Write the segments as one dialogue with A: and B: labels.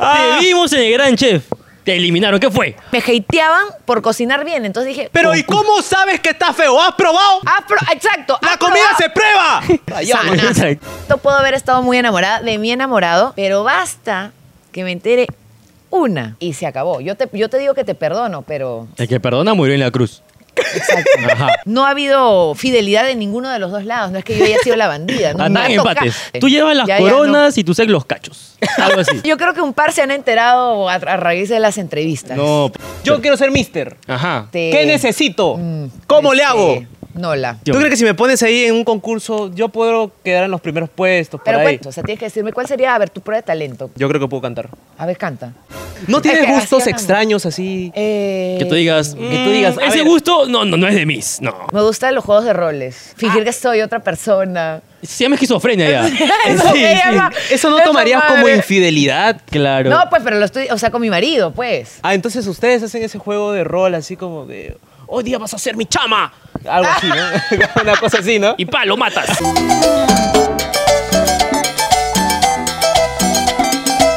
A: Ah.
B: años en el Gran Chef. Te eliminaron. ¿Qué fue?
C: Me hateaban por cocinar bien, entonces dije...
A: Pero
C: "Oh,
A: ¿y cómo sabes que está feo? ¿Has probado?
C: ah, pro- exacto.
A: ¡La
C: ah,
A: comida
C: probado".
A: se prueba!
C: Sana. Yo puedo haber estado muy enamorada de mi enamorado, pero basta que me entere una y se acabó. Yo te, yo te digo que te perdono, pero
B: El que perdona murió en la cruz.
C: exacto.
B: Ajá.
C: No ha habido fidelidad de ninguno de los dos lados. No es que yo haya sido la bandida. No,
B: Andan
C: Me ha
B: empates.
C: tocado.
B: Tú llevas las
C: Ya, ya, no.
B: coronas y tu sex los cachos. Algo así.
C: Yo creo que un par se han enterado a, a raíz de las entrevistas.
B: no. p-
A: Yo quiero ser mister.
B: Ajá.
C: Te-
A: ¿Qué necesito?
C: Mm,
A: ¿Cómo le
C: este,
A: hago?
C: Nola.
A: ¿Tú crees que si me pones ahí en un concurso, yo puedo quedar en los primeros puestos?
C: Pero
A: por ahí?
C: cuento, o sea, tienes que decirme cuál sería, a ver, tu prueba de talento.
A: Yo creo que puedo cantar.
C: A ver, canta.
A: ¿No tienes
C: que así
A: gustos
C: hablamos.
A: extraños así?
C: Eh,
B: Que tú digas.
A: que tú digas,
B: "Mm,
A: a
B: Ese
A: ver".
B: gusto no, no, no es de mis. No.
C: Me gustan los juegos de roles. Fingir que soy otra persona.
B: Se llama esquizofrenia ya.
C: Eso
B: Sí,
C: me
B: sí.
C: llama-
A: Eso no
C: esa
A: tomarías como
C: madre.
A: infidelidad.
B: Claro.
C: No, pues, pero lo estoy, o sea, con mi marido, pues.
A: Ah, entonces ustedes hacen ese juego de rol así como de. Hoy día vas a ser mi chama. Algo así, ¿no? Una cosa así, ¿no?
B: Y pa, lo matas.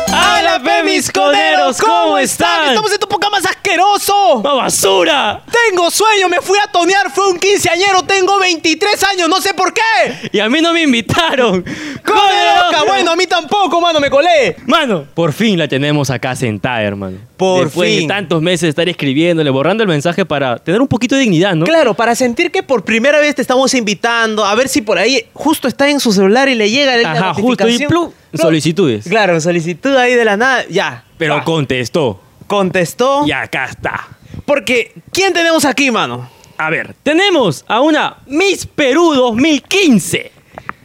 B: ¡Hola, pe, mis coneros! ¿Cómo están?
A: Estamos en tu poca más asqueroso.
B: ¡Más basura!
A: Tengo sueño, me fui a tonear, fue un quinceañero, tengo 23 años, no sé por qué.
B: Y a mí no me invitaron.
A: ¡Come
B: ¡Coneros!
A: loca! Bueno, a mí tampoco, mano, me colé.
B: Mano, por fin la tenemos acá sentada, hermano.
A: Por
B: Después de
A: fin.
B: tantos meses de estar escribiéndole, borrando el mensaje para tener un poquito de dignidad, ¿no?
A: Claro, para sentir que por primera vez te estamos invitando, a ver si por ahí justo está en su celular y le llega la
B: Ajá, justo y
A: notificación.
B: plum,
A: Plum.
B: solicitudes.
A: Claro, solicitud ahí de la nada, ya.
B: Pero
A: Pa.
B: contestó.
A: contestó.
B: Y acá está.
A: Porque, ¿quién tenemos aquí, mano?
B: A ver, tenemos a una Miss Perú 2015.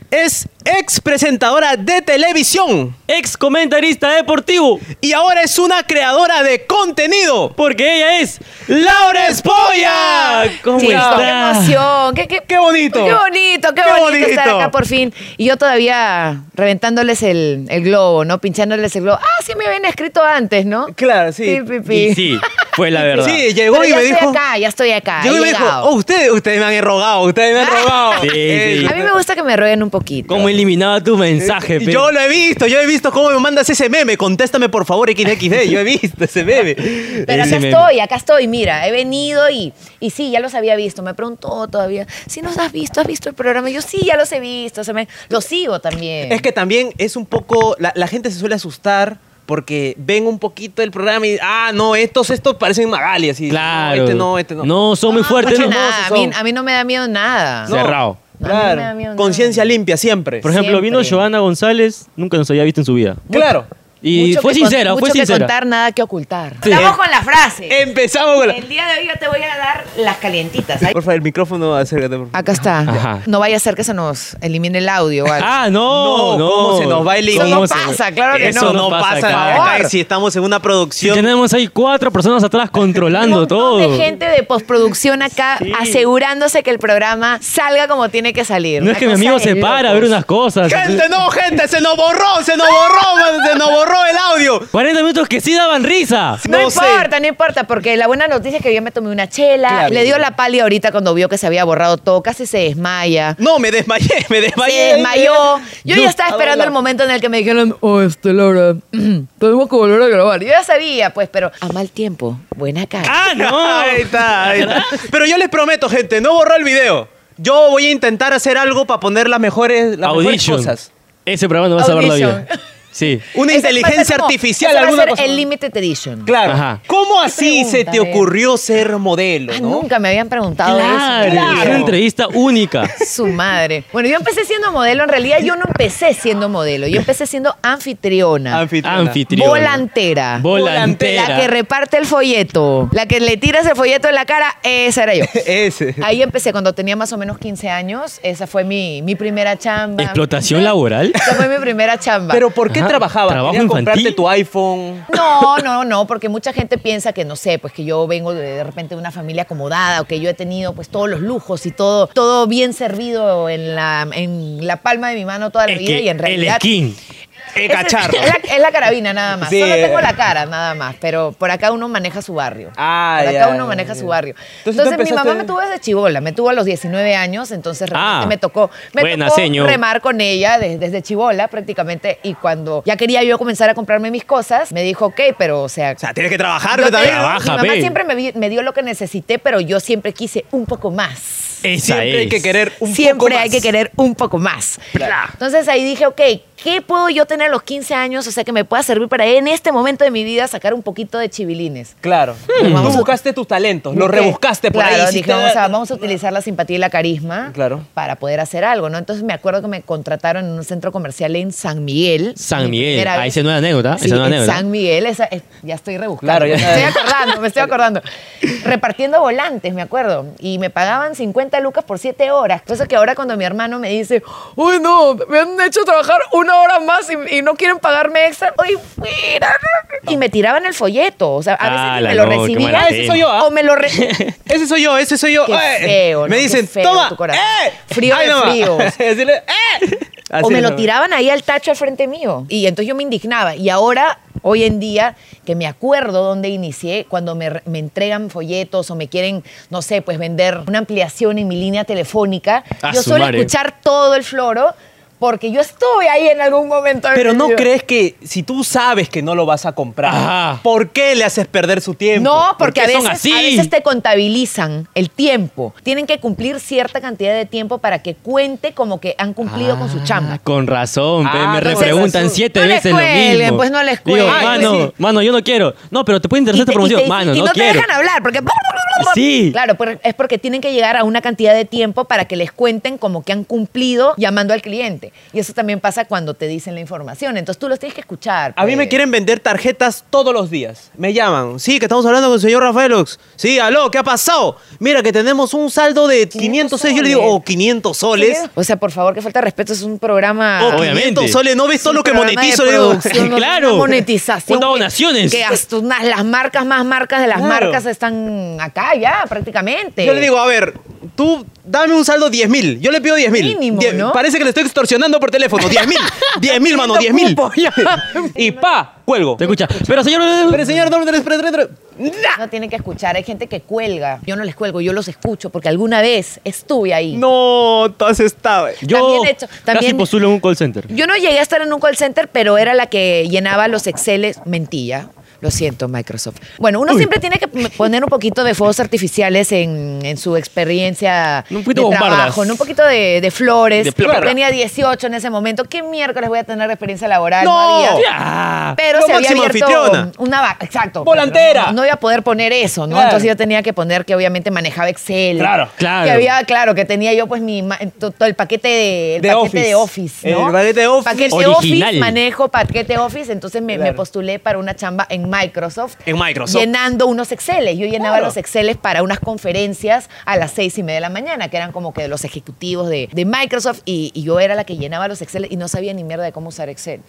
A: Es ex presentadora de televisión
B: Ex comentarista deportivo.
A: y ahora es una creadora de contenido.
B: Porque ella es
A: ¡Laura Espolla!
B: ¿Cómo
C: Chicos, qué
B: está?
C: emoción. Qué, qué-
A: ¡Qué bonito!
C: Qué bonito,
A: ¡Qué
C: qué, bonito,
A: bonito!
C: estar acá por fin. Y yo todavía reventándoles el, el globo, ¿no? Pinchándoles el globo. Ah, sí me habían escrito antes, ¿no?
A: Claro, sí.
C: Pi, pi, pi.
B: Y sí, fue la verdad.
A: Sí, llegó
C: Pero
A: y
C: ya
A: me
C: estoy
A: dijo.
C: acá, ya estoy acá.
A: llegó
C: he
A: y me dijo,
C: llegado.
A: oh, ustedes, ustedes me han robado, ustedes me han Eh, robado.
B: Sí, sí.
C: A mí me gusta que me rueguen un poquito.
B: ¿Cómo eliminaba tu mensaje, pe?
A: eh, Yo lo he visto, yo he visto cómo me mandas ese meme. Contéstame por favor, XXD. Yo he visto ese meme.
C: Pero
B: Ese
C: acá
B: meme.
C: estoy, acá estoy, mira, he venido y, y sí, ya los había visto. Me preguntó todavía, si nos has visto, has visto el programa. Y yo sí, ya los he visto, se me, los sigo también.
A: Es que también es un poco. La, la gente se suele asustar porque ven un poquito el programa y. Ah, no, estos, estos parecen Magali. Así,
B: Claro.
A: No, este no, este no.
B: son muy fuertes.
C: Pucha,
B: ¿no?
C: nada, a, mí, a mí no me da miedo nada.
B: No. Cerrado.
C: No, a mí me da miedo
A: Claro.
C: nada.
A: Conciencia limpia siempre.
B: Por ejemplo, vino
C: Siempre.
B: Joana González, nunca nos había visto en su vida.
A: claro.
B: Y
C: Mucho
B: fue
C: que con-
B: sincera, fue
C: mucho que
B: sincera.
C: contar, nada que ocultar.
B: Sí. Eh,
C: Vamos con la frase.
A: Empezamos con la.
C: El día de hoy yo te voy a dar las calientitas. Ahí-
A: Por favor, el micrófono, acércate. por favor.
C: Acá está.
B: Ajá.
C: No vaya a ser que se nos elimine el audio. o algo.
B: Ah, no, no.
A: No, ¿cómo se nos va a eliminar?
B: ¿Cómo
C: Eso
B: se-
C: no pasa, claro que
B: Eso no pasa,
A: acá.
B: claro.
A: Acá, Si estamos en una
B: Si
A: producción.
B: tenemos ahí cuatro personas atrás
C: Un
B: controlando
C: montón
B: todo.
C: de gente de postproducción acá
B: Sí.
C: asegurándose que el programa salga como tiene que salir.
B: No es
C: Una
B: que mi
C: cosa
B: amigo
C: de
B: se para a ver
C: locos.
B: unas cosas.
A: ¡Gente, no, gente! ¡Se nos borró! ¡Se nos borró! man, ¡Se nos borró el audio!
B: 40 minutos que sí daban risa.
C: No,
A: No sé.
C: importa, no importa, porque la buena noticia es que yo me tomé una chela,
A: Claro.
C: le dio la pálida ahorita cuando vio que se había borrado todo, casi se desmaya.
A: No, eh. me desmayé, me desmayé.
C: se desmayó. Yo
B: Yo-
C: ya estaba esperando el momento en el que me dijeron, oh, este, Laura, tenemos que volver a grabar. Yo ya sabía, pues, pero a mal tiempo, buena cara.
B: ¡Ah,
A: Ahí
B: no!
A: está, ahí está. Pero yo les prometo, gente, no borró el video. Yo voy a intentar hacer algo para poner las mejores, las mejores
B: Audition.
A: cosas.
B: Ese programa no vas a verlo
C: Audition.
B: bien. Sí.
A: Una
C: Ese va a ser
A: inteligencia
C: como-
A: artificial,
C: ese va a
A: alguna
C: ser
A: cosa.
C: el Limited Edition.
A: Claro.
B: Ajá.
A: ¿Cómo así
C: pregunta,
A: se te
C: eh?
A: ocurrió ser modelo,
C: Ah,
A: no?
C: Nunca me habían preguntado
B: Claro,
C: eso.
B: es una entrevista única.
C: Su madre. Bueno, yo empecé siendo modelo. En realidad, yo no empecé siendo modelo. Yo empecé siendo anfitriona.
A: Anfitriona.
B: Anfitrión.
C: Volantera.
B: Volantera.
C: La que reparte el folleto. La que le tiras el folleto en la cara. Esa era yo.
A: Ese.
C: Ahí empecé cuando tenía más o menos 15 años. Esa fue mi, mi primera chamba.
B: ¿Explotación laboral?
C: Esa fue mi primera chamba.
A: Pero ¿por qué
B: Ajá,
A: trabajabas?
B: trabajo
A: Querías comprarte
B: infantil.
A: tu iPhone.
C: No, no, no, porque mucha gente piensa que, no sé, pues que yo vengo de, de repente de una familia acomodada o que yo he tenido pues todos los lujos y todo, todo bien servido en la, en la palma de mi mano toda la
B: Es
C: vida
B: que
C: y en
B: el
C: realidad...
B: skin.
A: El
C: Ese-
A: cacharro.
C: Es la, es la carabina nada más.
A: Sí.
C: Solo tengo la cara nada más, pero por acá uno maneja su barrio.
A: Ah,
C: por
A: ya,
C: acá
A: ya,
C: uno
A: ya.
C: maneja su barrio.
A: Entonces, tú
C: Entonces, mi
A: empezaste-
C: mamá me tuvo desde chivola, me tuvo a los 19 años, entonces realmente
B: Ah,
C: me tocó, me
B: buena,
C: tocó
B: señor.
C: remar con ella de- desde chivola prácticamente y cuando ya quería yo comenzar a comprarme mis cosas, me dijo, ok, pero o sea...
A: O sea, tienes que trabajar
C: yo te-
A: también.
B: Trabaja,
C: mi mamá
B: ve.
C: siempre me, vi- me dio lo que necesité, pero yo siempre quise un poco más
B: Esa
A: Eh, Siempre hay
B: es.
A: que querer un
C: siempre
A: poco más.
C: hay que querer un poco más.
A: Claro.
C: Entonces ahí dije, ok, ¿qué puedo yo tener a los 15 años? O sea, que me pueda servir para en este momento de mi vida sacar un poquito de chivilines.
A: Claro.
C: Hmm. Vamos
A: Tú
C: a-
A: buscaste tus talentos, los
C: Ok.
A: rebuscaste por
C: claro,
A: ahí.
C: dije,
A: hiciste-
C: vamos, a, vamos a utilizar la simpatía y la carisma
A: Claro.
C: para poder hacer algo, ¿no? Entonces me acuerdo que me contrataron en un centro comercial en San Miguel.
B: San
C: Mi
B: Miguel.
C: primera
B: Ahí
C: vez.
B: se nueva anécdota.
C: Sí,
B: esa nueva
C: en
B: anécdota.
C: San Miguel, esa- es- ya estoy rebuscando.
A: Claro, ya
C: me estoy
A: sabes.
C: acordando, me estoy acordando. Repartiendo volantes, me acuerdo. Y me pagaban 50 lucas por 7 horas. Entonces que ahora cuando mi hermano me dice, uy, no, me han hecho trabajar una hora más y, y no quieren pagarme extra. Uy, mira. Y me tiraban el folleto. O sea, a veces
B: Ah,
C: ni
B: la
C: me lo
B: no, qué
C: recibía.
B: mala
A: Ah, ese soy yo. ¿ah?
C: O me lo re-
A: Ese soy yo, ese soy yo.
C: Qué
A: ¡Eh!
C: feo, ¿no?
A: Me
C: Qué
A: dicen,
C: feo
A: toma.
C: tu corazón.
A: ¡Eh!
C: Frío de
A: Ahí nomás.
C: fríos.
A: Decirle, ¡eh!
C: o
A: Así
C: me lo
A: nomás.
C: tiraban ahí al tacho al frente mío. Y entonces yo me indignaba. Y ahora, hoy en día, que me acuerdo dónde inicié, cuando me, re- me entregan folletos o me quieren, no sé, pues vender una ampliación en mi línea telefónica,
B: Ah,
C: yo
B: su
C: suelo
B: madre.
C: escuchar todo el floro porque yo estuve ahí en algún momento. de
A: Pero
C: mi
A: no
C: vida.
A: crees que si tú sabes que no lo vas a comprar,
B: Ajá.
A: ¿por qué le haces perder su tiempo?
C: No, porque a
B: ¿Por qué
C: veces,
B: son así?
C: a veces te contabilizan el tiempo. Tienen que cumplir cierta cantidad de tiempo para que cuente como que han cumplido con su
B: Ah,
C: chamba.
B: Con razón, pe,
A: Ah,
B: me
A: con
B: repreguntan
A: razón.
B: siete
C: No les
B: veces lo
C: cuelguen,
B: mismo.
C: pues no les
B: Digo,
C: cuelguen.
B: mano,
A: Ay, sí.
B: mano, yo no quiero. No, pero te puede interesar esta promoción.
C: te-
B: mano,
C: y
B: no,
C: no te
B: quiero.
C: dejan hablar porque
B: Sí.
C: claro pero es porque tienen que llegar a una cantidad de tiempo para que les cuenten como que han cumplido llamando al cliente y eso también pasa cuando te dicen la información entonces tú los tienes que escuchar
A: A mí
B: Eh.
C: pues.
A: me quieren vender tarjetas todos los días. Me llaman. Sí, que estamos hablando con el señor Rafaelox. Sí, aló, ¿qué ha pasado? Mira, que tenemos un saldo de 500 soles. Yo le digo,
C: soles.
A: oh, 500 soles.
C: o sea por favor que falta de respeto es un programa
A: Oh,
B: Ah, Obviamente.
A: 500 soles. No ves todo
C: un
A: lo que
C: programa de
A: monetizo. Le digo,
C: producción, no-
B: Claro.
C: una monetización.
B: Una
C: que-
B: donaciones.
C: Que hasta unas- las marcas más marcas de las
A: Claro.
C: marcas están acá ya prácticamente.
A: Yo le digo, a ver, tú dame un saldo 10 mil. Yo le pido 10 mil.
C: Mínimo, ¿no?
A: Parece que le estoy extorsionando por teléfono. 10 mil. 10 mil, mano, 10 mil.
C: Cupo, ya.
A: Y pa, cuelgo.
B: Te escucha. Pero señor.
A: Pero señor, no, tres, tres, tres, tres. "Ah".
C: No tienen que escuchar. Hay gente que cuelga. Yo no les cuelgo, yo los escucho porque alguna vez estuve ahí.
A: No, tú has estado.
B: yo
C: también he hecho-
B: casi
C: también-
B: postulo en un call center.
C: Yo no llegué a estar en un call center, pero era la que llenaba los Exceles. Mentira. Lo siento, Microsoft. Bueno, uno siempre tiene que p- poner un poquito de fuegos artificiales en, en su experiencia
B: Un poquito
C: de
B: bombardas.
C: trabajo, ¿no? un poquito de, de flores.
B: De plá, plá, plá.
C: Tenía 18 en ese momento. ¿Qué miércoles voy a tener experiencia laboral?
A: No.
C: había.
B: Ya.
C: Pero
A: Yo
C: se había
A: máxima
C: abierto
A: anfitriona.
C: una vaca, exacto.
A: Volantera.
C: No, no iba a poder poner eso, ¿no?
A: Claro.
C: Entonces yo tenía que poner que obviamente manejaba Excel.
A: Claro,
B: claro.
C: Que había, claro, que tenía yo pues mi ma- to- todo el paquete de, el
A: De
C: paquete
A: Office.
C: de Office, ¿no?
A: El paquete de Office.
C: Paquete
B: Original.
C: Office, manejo paquete Office, entonces me, me
A: Claro.
C: postulé para una chamba en Microsoft.
A: En Microsoft.
C: Llenando unos Exceles. Yo llenaba
A: Claro.
C: los Exceles para unas conferencias a las seis y media de la mañana, que eran como que de los ejecutivos de, de Microsoft y, y yo era la que llenaba los Exceles y no sabía ni mierda de cómo usar Excel.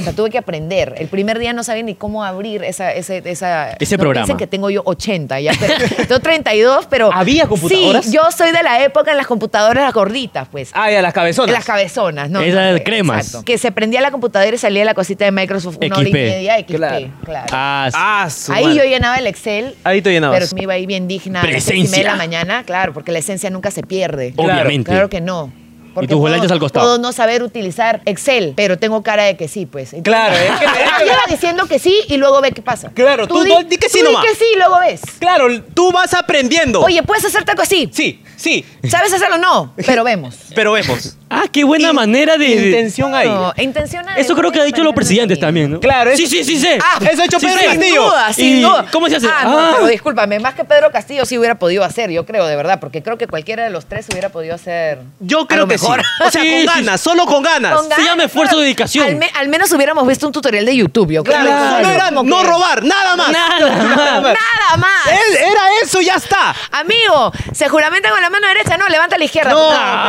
C: O sea, tuve que aprender. El primer día no sabía ni cómo abrir esa, ese, esa,
B: Ese
C: no
B: programa.
C: Dicen que tengo yo 80, ya, pero tengo 32, pero...
A: ¿Había computadoras?
C: Sí, yo soy de la época en las computadoras las gorditas, pues.
A: Ay, a Ah, las cabezonas.
C: Las cabezonas, ¿no?
B: Esas
C: no sé,
B: cremas.
C: Que se prendía la computadora y salía la cosita de Microsoft una hora y
B: XP.
C: media. XP,
A: Claro.
C: claro.
B: Ah, sí.
A: Ah, su
C: Ahí
A: madre.
C: yo llenaba el Excel.
A: Ahí tú llenabas.
C: Pero me iba ahí bien digna. a las seis y media de
B: Presencia.
C: la mañana, claro, porque la esencia nunca se pierde.
A: Claro,
B: obviamente.
C: Claro que no. Porque
B: tus
C: puedo-
B: volantes al costado.
C: Puedo no saber utilizar Excel, pero tengo cara de que sí, pues. Entonces,
A: Claro, es que-
C: Lleva diciendo que sí y luego ve qué pasa.
A: Claro, tú
C: di,
A: no- di que sí
C: tú
A: nomás.
C: que sí y luego ves.
A: Claro, tú vas aprendiendo.
C: Oye, puedes hacer algo así.
A: Sí, sí,
C: ¿Sabes hacerlo o no? Pero vemos.
A: pero vemos.
B: Ah, qué buena
A: In-
B: manera de. de-
A: Intención ahí.
C: No, intencional.
B: Eso creo que ha dicho los presidentes también, ¿no?
A: Claro, es-
B: Sí, sí, sí, sí.
C: Ah,
A: Eso ha hecho
B: Sí,
A: Pedro
B: sí.
C: Sin
A: Castillo.
C: duda, sin
B: ¿Y
C: duda.
B: cómo se hace?
C: Ah, no,
B: Ah.
C: pero discúlpame, más que Pedro Castillo sí hubiera podido hacer, yo creo, de verdad, porque creo que cualquiera de los tres hubiera podido hacer. a
A: Yo creo
C: lo
A: que
C: mejor.
A: sí. O sea,
B: Sí,
A: con
B: sí.
A: ganas, solo con ganas.
C: Con ganas,
B: llama esfuerzo,
C: claro.
B: dedicación.
C: Al, me- al menos hubiéramos visto un tutorial de YouTube, yo creo.
A: Claro, solo era
C: Como
A: no
C: que-
A: robar, nada más.
B: Nada más.
C: Nada más.
A: Él era eso, ya está.
C: Amigo, se juramenta con la mano derecha, no, levanta la izquierda.
A: No,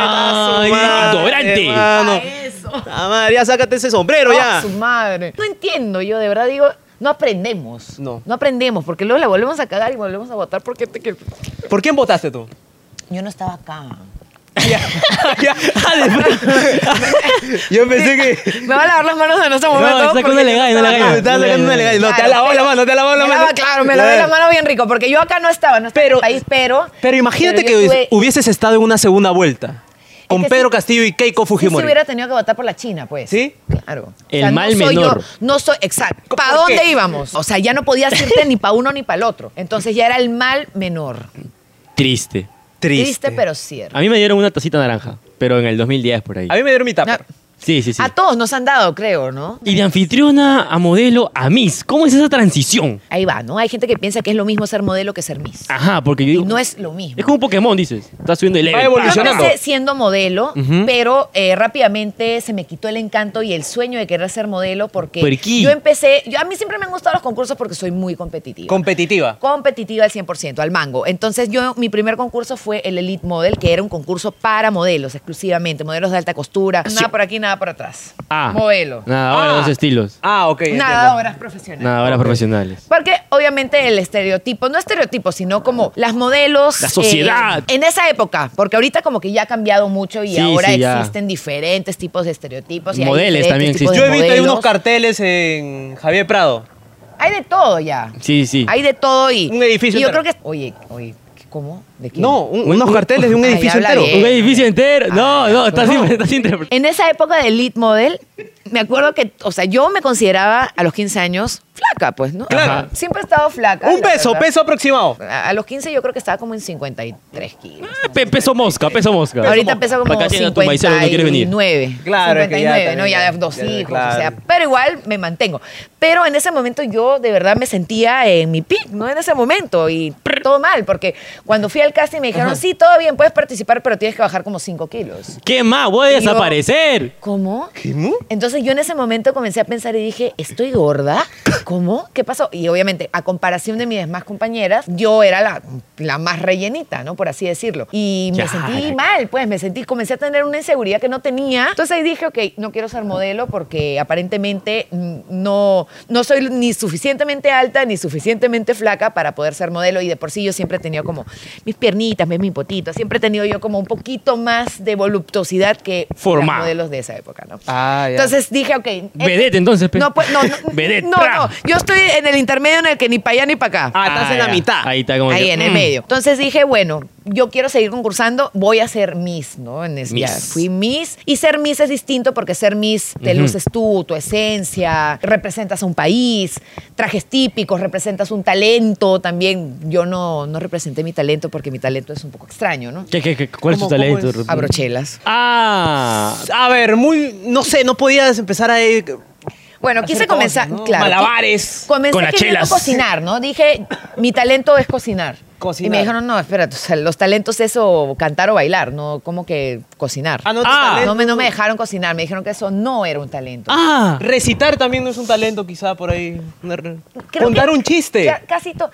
B: Ay,
A: Madre,
B: ignorante.
A: mano. Ah, madre, ya sácate ese sombrero
C: Oh,
A: ya.
C: su madre. No entiendo, yo de verdad digo, no aprendemos.
A: No.
C: No aprendemos, porque luego la volvemos a cagar y volvemos a votar porque te- que-
A: ¿Por quién votaste tú?
C: yo no estaba acá.
B: Ah, de-
A: Yo pensé que.
C: Me va a lavar las manos en este momento.
B: saca
C: porque
B: una legal,
C: yo
B: una
C: estaba-
B: legal.
A: Me estaba sacando una legal. No, te ha
C: Ah, Claro,
A: lavado la
C: pero-
A: mano, te ha lavado la
C: me
A: mano.
C: lava, claro, me lavé la mano bien rico, porque yo acá no estaba, no estaba
A: Pero-
C: en el país, pero...
A: Pero imagínate
C: pero yo
A: que
C: tuve-
A: hubieses estado en una segunda vuelta con
C: que
A: Pedro
C: sí-
A: Castillo y Keiko
C: sí se
A: Fujimori.
C: hubiera tenido que votar por la China, pues.
A: ¿Sí?
C: Claro.
B: El
C: no
B: mal
C: soy
B: menor.
C: yo, no soy, exacto.
A: ¿Por
C: ¿Para
A: qué?
C: dónde íbamos? O sea, ya no podías irte ni para uno ni para el otro. Entonces ya era el mal menor.
B: Triste.
C: Triste, pero cierto.
B: A mí me dieron una tacita naranja, pero en el 2010 por ahí.
A: A mí me dieron mi tapa.
C: No,
B: Sí, sí, sí.
C: A todos nos han dado, creo, ¿no?
B: Y de anfitriona a modelo a Miss. ¿Cómo es esa transición?
C: Ahí va, ¿no? Hay gente que piensa que es lo mismo ser modelo que ser Miss.
A: Ah,
B: Ajá, porque yo digo.
C: Y no es lo mismo.
B: Es como un Pokémon, dices. Estás subiendo el level.
A: Va
C: Yo
A: evolucionando.
C: empecé siendo modelo, pero eh, rápidamente se me quitó el encanto y el sueño de querer ser modelo porque
B: Puerquí.
C: yo empecé, yo, a mí siempre me han gustado los concursos porque soy muy competitiva.
A: Competitiva.
C: competitiva al 100%, al mango. Entonces yo, mi primer concurso fue el Elite Model, que era un concurso para modelos exclusivamente, modelos de alta costura. Nada por aquí, nada por atrás.
B: Ah.
C: Modelo.
B: Nada, ahora
A: Ah.
B: dos estilos.
A: Ah, ok.
C: Nada,
A: entiendo.
C: obras profesionales.
B: Nada, ahora profesionales.
C: Porque obviamente el estereotipo, no estereotipo, sino como las modelos.
B: La sociedad.
C: eh, en esa época, porque ahorita como que ya ha cambiado mucho y
B: Sí,
C: ahora
B: sí, ya.
C: existen diferentes tipos de estereotipos. Y hay
B: Modelos
C: diferentes
B: también
C: tipos
A: Yo
B: existen.
C: de
A: he visto ahí
C: modelos.
A: unos carteles en Javier Prado.
C: Hay de todo ya.
B: Sí, sí.
C: Hay de todo y.
A: Un edificio
C: Y yo creo
A: entero.
C: que. Oye, oye, ¿cómo? ¿De qué?
A: No, un- unos carteles de un
C: Ay,
A: edificio
C: habla
A: entero.
C: bien.
B: Un edificio entero.
C: Ah,
B: No, no, estás, estás interpretando.
C: En esa época de Elite Model, me acuerdo que, o sea, yo me consideraba a los 15 años flaca, pues, ¿no?
A: Claro.
C: Ajá. Siempre he estado flaca.
A: Un
C: la
A: peso,
C: verdad.
A: peso aproximado.
C: A a los 15 yo creo que estaba como en 53 kilos.
B: Pe- peso mosca, peso mosca.
C: Ahorita pesa como
B: Acá llega tu maicelo, no quieres venir.
C: 59.
A: Claro, es que ya
C: 59,
A: también
C: ¿no? Ya
A: ya-
C: dos
A: ya,
C: hijos,
A: claro.
C: o sea. Pero igual me mantengo. Pero en ese momento yo de verdad me sentía en mi pic, ¿no? En ese momento. Y todo mal, porque cuando fui al casting me dijeron, sí, todo bien, puedes participar, pero tienes que bajar como 5 kilos.
B: ¿Qué más? Voy a
C: Y yo-
B: desaparecer.
C: ¿Cómo?
A: no?
C: Entonces yo en ese momento comencé a pensar y dije, ¿estoy gorda? ¿Cómo? ¿Qué pasó? Y obviamente, a comparación de mis demás compañeras, yo era la, la más rellenita, ¿no? Por así decirlo. Y me
B: Ya.
C: sentí mal, pues me sentí, comencé a tener una inseguridad que no tenía. Entonces ahí dije, ok, no quiero ser modelo porque aparentemente mm, no, no soy ni suficientemente alta ni suficientemente flaca para poder ser modelo. Y de por sí yo siempre he tenido como mis piernitas, mis- mi potito, siempre he tenido yo como un poquito más de voluptuosidad que
B: Formada.
C: los modelos de esa época, ¿no?
A: Ah, ya.
C: Entonces dije, ok. eh,
B: Vedette, entonces, pe.
C: No, pues, no, no,
B: Vedette,
C: no,
B: tra.
C: no, Yo estoy en el intermedio en el que ni para allá ni para acá.
A: Ah, estás en la
B: ya.
A: mitad.
B: Ahí está como
C: Ahí
B: que,
C: en el
B: mm.
C: medio. Entonces dije, bueno, yo quiero seguir concursando, voy a ser Miss, ¿no? En es- ya
B: Miss.
C: fui Miss. Y ser Miss es distinto porque ser Miss te luces tú, tu esencia, representas a un país, trajes típicos, representas un talento también. Yo no, no representé mi talento porque mi talento es un poco extraño, ¿no?
B: ¿Qué, qué, qué, cuál es tu
A: ¿Cómo- cómo
B: talento?
A: es?
C: Abrochelas.
B: Ah,
A: A ver, muy. No sé, no podías empezar a.
C: Bueno, quise
A: hacer
C: comenzar,
A: cosas, ¿no?
C: claro.
A: Malabares.
C: Comencé
B: Con las
C: queriendo
B: chelas.
C: cocinar, ¿no? Dije, mi talento es cocinar.
A: Cocinar.
C: Y me dijeron, no, espérate, o sea, los talentos es o cantar o bailar, no como que cocinar.
A: Ah, no, tu
B: Ah.
A: talento.
C: no, me, no me dejaron cocinar, me dijeron que eso no era un talento.
B: ah.
A: Recitar también no es un talento, quizá por ahí. Una re-
C: Creo
A: Contar
C: que
A: un chiste.
C: ca- Casi todo.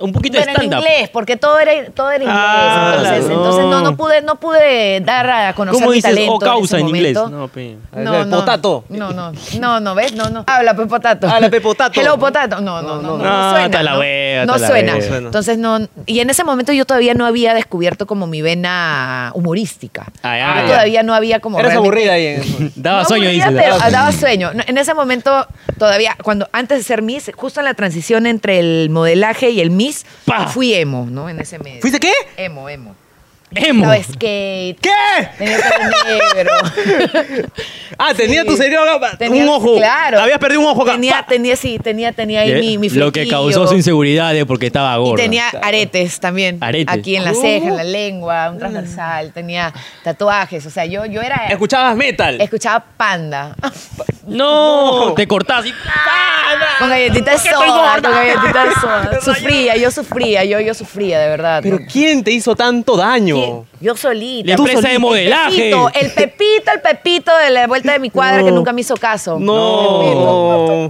B: Un poquito
C: Pero
B: de
C: en
B: stand-up.
C: inglés, porque todo era, todo era inglés.
B: Ah,
C: entonces,
B: claro.
C: entonces no, no pude, no pude dar a conocer
B: ¿Cómo
C: mi
B: dices
C: talento.
B: o causa en,
C: ese
B: inglés?
C: momento.
B: No, pe.
A: A ver, potato.
C: No, no, no, no, ¿ves? No, no. Habla, pe, potato.
A: Habla, pe, potato.
C: Hello, potato. No, no, no, no, no,
B: no.
C: suena.
B: Ah, está la
C: ¿no?
B: hueva,
C: No
B: está la
C: suena.
B: hueva.
C: Entonces, no. Y en ese momento yo todavía no había descubierto como mi vena humorística.
B: Ah, ya,
C: Yo
B: ya.
C: todavía no había como
A: Eres
C: realmente-
A: aburrida ahí en eso.
B: Daba
C: no
B: sueño,
C: aburrida,
B: dices.
C: pero-
B: daba
C: ah,
B: sueño.
C: daba sueño. No, En ese momento, todavía, cuando antes de ser Miss, justo en la transición entre el modelaje y el Miss,
B: Pa.
C: fui emo, ¿no? En ese medio.
A: ¿Fuiste qué?
C: Emo, emo.
B: Emo.
C: Estaba skate.
A: ¿Qué?
C: Tenía el pelo negro.
A: Ah, tenía
C: Sí.
A: tu cerebro acá,
C: Tenía-
A: un ojo.
C: claro.
A: Habías perdido un ojo acá.
C: Tenía,
A: Pa.
C: tenía, sí, tenía, tenía ahí
B: Eh,
C: mi, mi
B: Lo que
C: flequillo.
B: causó su inseguridad de porque estaba
C: Y
B: gordo.
C: tenía aretes tambibién.
B: Aretes.
C: Aquí en la
A: ¿Cómo?
C: ceja, en la lengua, un transversal. Tenía tatuajes. O sea, yo, yo era...
A: Escuchabas metal.
C: Escuchaba panda.
A: Ah,
B: No, te cortás y. ¡Ah!
C: Con galletitas de
B: estoy
C: soda,
B: gorda.
C: con galletitas de soda. Sufría, yo sufría, yo, yo sufría, de verdad.
A: Pero
C: ¿no?
A: ¿quién te hizo tanto daño?
C: ¿Qué? Yo solita.
B: La
C: Tú
B: empresa de
C: solita.
B: modelaje.
C: El pepito, el pepito, el pepito de la vuelta de mi cuadra que
A: No.
C: nunca me hizo caso.
A: No.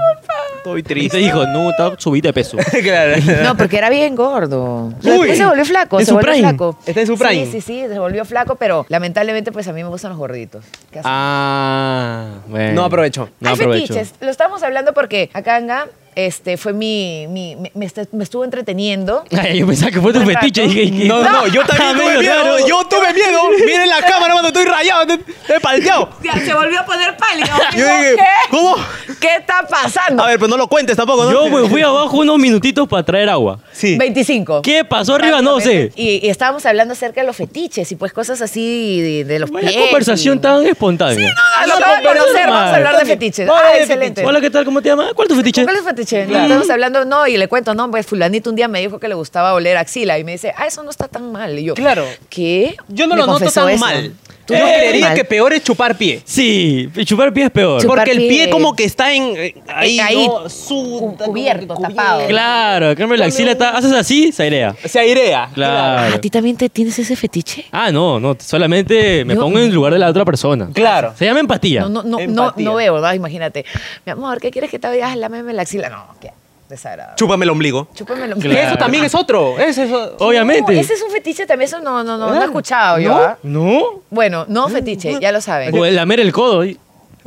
A: Estoy
B: Y te
A: triste.
B: dijo, no, está subida de peso.
A: claro.
C: No, porque era bien gordo.
A: Uy.
C: Él se volvió flaco,
B: En
C: se
B: su
C: volvió
B: prime.
C: flaco.
A: Está en su prime.
C: Sí, sí, sí, se volvió flaco, pero lamentablemente pues a mí me gustan los gorditos. ¿Qué haces?
B: Ah, bueno.
A: No aprovechó.
B: No
C: Hay
B: aprovechó.
C: fetiches, lo estamos hablando porque acá anga este, fue mi, mi- me, me est- me estuvo entreteniendo.
B: Ay, yo pensaba que fue tu
C: Buen
B: fetiche.
C: rato.
B: dije,
A: No, no, no, yo
B: Ah,
A: también tuve
B: menos, claro.
A: miedo. Yo tuve miedo. Miren la cámara cuando estoy rayado, estoy estoy palteado.
C: Ya, se volvió a poner pálido.
A: Yo dije,
C: ¿Qué?
A: ¿cómo?
C: ¿Qué está pasando?
A: A ver, pues no lo cuentes tampoco, ¿no?
B: Yo me fui abajo unos minutitos para traer agua.
A: Sí.
C: 25.
B: ¿Qué pasó arriba? No sé.
C: Y, y estábamos hablando acerca de los fetiches y pues cosas así de, de los
B: Vaya
C: pies.
B: conversación
C: y-
B: tan espontánea.
C: Ah,
A: no,
C: lo
A: no,
C: acabo de
A: no, no,
C: conocer,
B: no,
C: vamos a
B: no,
C: hablar de
A: no,
C: fetiches.
A: no,
C: Ah,
A: no, de
C: excelente.
B: Hola, ¿qué tal? ¿Cómo te llamas? ¿Cuál es tu fetiche?
C: ¿Cuál es fetiche? Estamos hablando, no, y le cuento, no, pues fulanito un día me dijo que le gustaba oler axila y me dice, ah, eso no está tan mal. Y yo,
A: Claro.
C: ¿qué?
A: Yo no
C: Me
A: lo noto
C: confesó
A: tan
C: eso.
A: mal.
C: ¿Tú
A: Yo
C: no
A: creería
C: mal?
A: que peor es chupar pie.
B: Sí, chupar pie es peor.
C: Chup- Chupar
A: Porque el
C: pie.
A: pie como que está en eh, ahí,
C: ahí,
A: ¿no? Su-
C: cu-
A: como que
C: cubierto, tapado.
B: Claro, en cambio la axila está. Haces así, se airea.
A: Se airea.
B: Claro.
C: ¿A ti también te tienes ese fetiche?
B: Ah, no, no, solamente me
C: Yo-
B: pongo en el lugar de la otra persona.
A: Claro.
B: Se llama empatía.
C: No, no, no, no,
A: Empatía.
C: no veo, ¿no? Imagínate. Mi amor, ¿qué quieres que te diga? Lámeme la axila. No, qué desagradable.
A: Chúpame el ombligo.
C: Chúpamelo.
B: Claro.
A: Eso también es otro. Es eso.
B: Obviamente.
C: No, ese es un fetiche también, eso no, no, no, no he
A: Ah,
C: escuchado yo.
A: ¿no? Mm,
C: ¿ah?
B: ¿No?
C: Bueno, no fetiche, ya lo saben.
B: O el lamer el codo. y-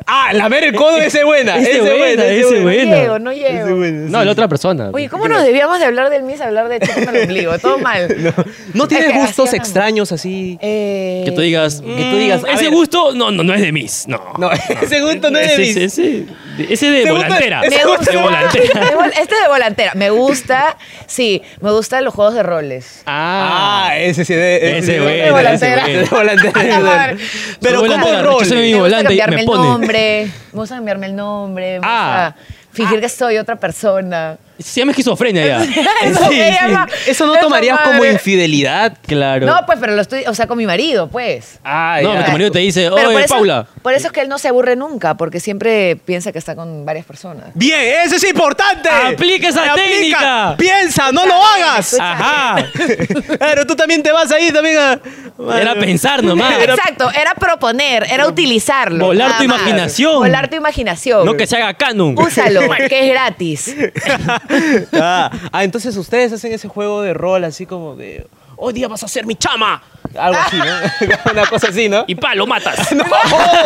A: Ah, lamer el codo ese es buena.
B: Ese
A: Ese es
B: buena,
A: buena,
B: ese
A: ese es
B: buena.
A: buena.
C: No
B: bueno.
C: llego, no llego.
B: No, la otra persona.
C: Oye, ¿cómo nos debíamos de hablar del mis a hablar de chúpame el ombligo? Todo mal.
A: ¿No
C: Es
A: tienes
C: que
A: gustos
C: así andamos.
A: extraños así?
C: Eh,
B: Que tú digas. Que
A: tú digas, Mm, a
B: Ese
A: ver.
B: gusto no, no, no es de mis. No.
A: No, ese gusto no es de
B: ese,
A: mis.
B: ese, ese, de- ese de
A: Ese gusto-
B: volantera.
A: ese
C: me gusta.
B: "Este De volantera.
C: De vol- Este es de volantera. Me gusta, sí, me gustan los juegos de roles.
B: Ah.
A: Ah, ese sí de
B: Ese
A: de-
B: bueno,
A: de
C: volantera.
A: De volantera.
C: Ah, madre.
A: Pero
B: Soy
A: como
B: volantera,
A: rol.
B: recházame mi
C: Me gusta
B: volante y
C: cambiarme
B: me
C: el
B: pone.
C: nombre. Me gusta cambiarme el nombre. Me
B: Ah.
C: gusta fingir que soy otra persona.
B: Se llama esquizofrenia ya.
C: Eso
B: Sí,
C: me
B: sí.
C: llama-
A: Eso no
C: esa
A: tomarías como
C: madre.
A: infidelidad.
B: Claro.
C: No, pues, pero lo estoy, o sea, con mi marido, pues.
A: Ah,
B: No,
A: ya.
B: tu marido te dice,
C: Pero por
B: oye,
C: eso-
B: Paula.
C: Por eso es que él no se aburre nunca, porque siempre piensa que está con varias personas.
A: Bien, eso es importante.
B: Aplica esa técnica.
A: Piensa, no lo hagas.
C: Escucha.
B: Ajá.
A: Claro, tú también te vas ahí también a...
B: Era pensar
A: Ah.
B: nomás.
C: Exacto, era proponer, era utilizarlo.
B: Volar
C: nada
B: tu
C: más.
B: imaginación.
C: Volar tu imaginación.
B: No que se haga canon.
C: Úsalo, que es gratis.
A: ah, ah, entonces ustedes hacen ese juego de rol así como de... Hoy día vas a ser mi chama. Algo así, ¿no? Una cosa así, ¿no?
B: Y pa, lo matas.
A: No,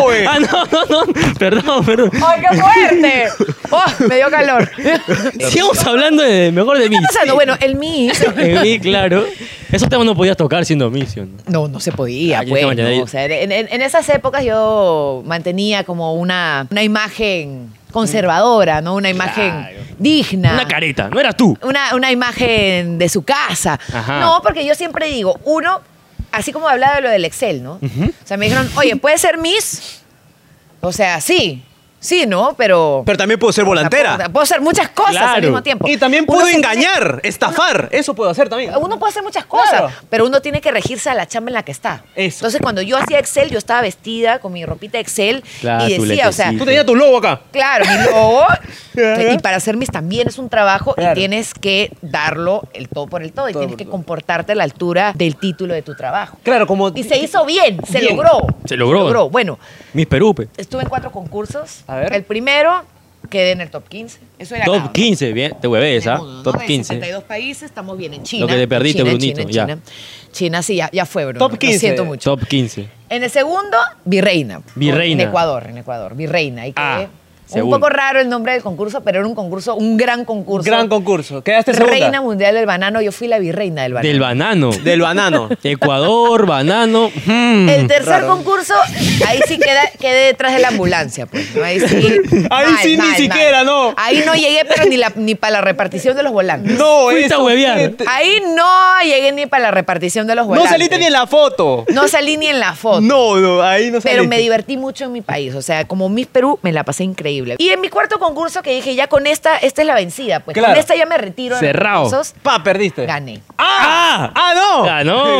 A: güey.
B: Ah, no, no, no. Perdón, perdón.
C: ¡Ay, qué fuerte! ¡Oh, me dio calor! ¿Qué
B: Sigamos hablando de mejor de mí.
C: está pasando? Bueno, el Miss.
B: De mí, claro. Esos temas no podías tocar siendo mí, ¿sí o no?
C: No, no se podía,
B: Ah, yo
C: pues.
B: estaba ya
C: no,
B: ahí.
C: o sea, en, en- en esas épocas yo mantenía como una, una imagen conservadora, ¿no? Una imagen
B: Claro.
C: digna.
B: Una careta, no eras tú.
C: una, una imagen de su casa.
B: Ajá.
C: No, porque yo siempre digo, uno, así como hablaba de lo del Excel, ¿no? O sea, me dijeron, oye, ¿puede ser Miss? O sea, sí, sí, ¿no? Pero...
A: Pero también puedo ser
C: O sea,
A: volantera.
C: puedo hacer muchas cosas al
B: Claro.
C: mismo tiempo.
A: Y también
C: Uno
A: puedo
C: se
A: engañar, estafar. Eso puedo hacer también.
C: tiene- uno puede hacer muchas cosas,
A: Claro.
C: pero uno tiene que regirse a la chamba en la que está.
A: Eso.
C: Entonces, cuando yo hacía Excel, yo estaba vestida con mi ropita Excel
B: Claro,
C: y
B: tu
C: decía, o sea,
B: letecita.
A: Tú tenías tu logo acá.
C: Claro, mi logo.
A: Ajá.
C: y para hacer mis también es un trabajo y
A: Claro.
C: tienes que darlo el todo por el todo. Y
A: Todo
C: tienes
A: por
C: que
A: todo.
C: comportarte a la altura del título de tu trabajo.
A: Claro, como...
C: Y se hizo bien, se
A: Bien.
C: logró.
B: Se logró.
C: Bueno,
B: Mis perupe.
C: estuve en cuatro concursos.
A: A ver.
C: El primero quedé en el top 15. Eso era
B: Top
C: nada.
B: 15, bien. Te hueves, ¿ah?
C: Del mundo, ¿no?
B: Top
C: De
B: 15.
C: 72 países, estamos bien en China.
B: que te perdiste,
C: China,
B: Brunito,
C: China,
B: ya.
C: China. China, sí, ya, ya fue, Bruno.
A: Top
C: Lo
A: 15.
C: siento mucho.
B: Top 15.
C: En el segundo, Virreina.
B: Virreina.
C: En Ecuador, en Ecuador, Virreina. Y quedé
B: Ah,
C: un
B: segundo.
C: poco raro el nombre del concurso, pero era un concurso, un gran concurso.
A: Gran concurso. Quedaste segunda.
C: Reina Mundial del Banano, yo fui la virreina del banano.
B: Del banano.
A: Del banano.
B: Ecuador, banano. Mm.
C: el tercer
A: raro.
C: concurso, ahí sí queda- quedé detrás de la ambulancia, pues. ¿no? Ahí sí.
A: Ahí sí, ni siquiera, no.
C: Ahí no llegué, pero ni, la- ni para la repartición de los volantes.
A: No,
B: Fuiste
A: eso
B: a huevear.
A: fue-
C: Ahí no llegué ni para la repartición de los
A: No
C: volantes.
A: saliste ni en la foto.
C: No salí ni en la foto.
A: No, no, ahí no saliste.
C: Pero me divertí mucho en mi país. O sea, como Miss Perú, me la pasé increíble. Y en mi cuarto concurso que dije, ya con esta, esta es la vencida. Pues
A: Claro.
C: con esta ya me retiro. de los
B: Cerrado.
C: concursos.
A: Pa, perdiste.
C: Gané.
B: ¡Ah!
A: ¡Ah, no!
B: Ganó.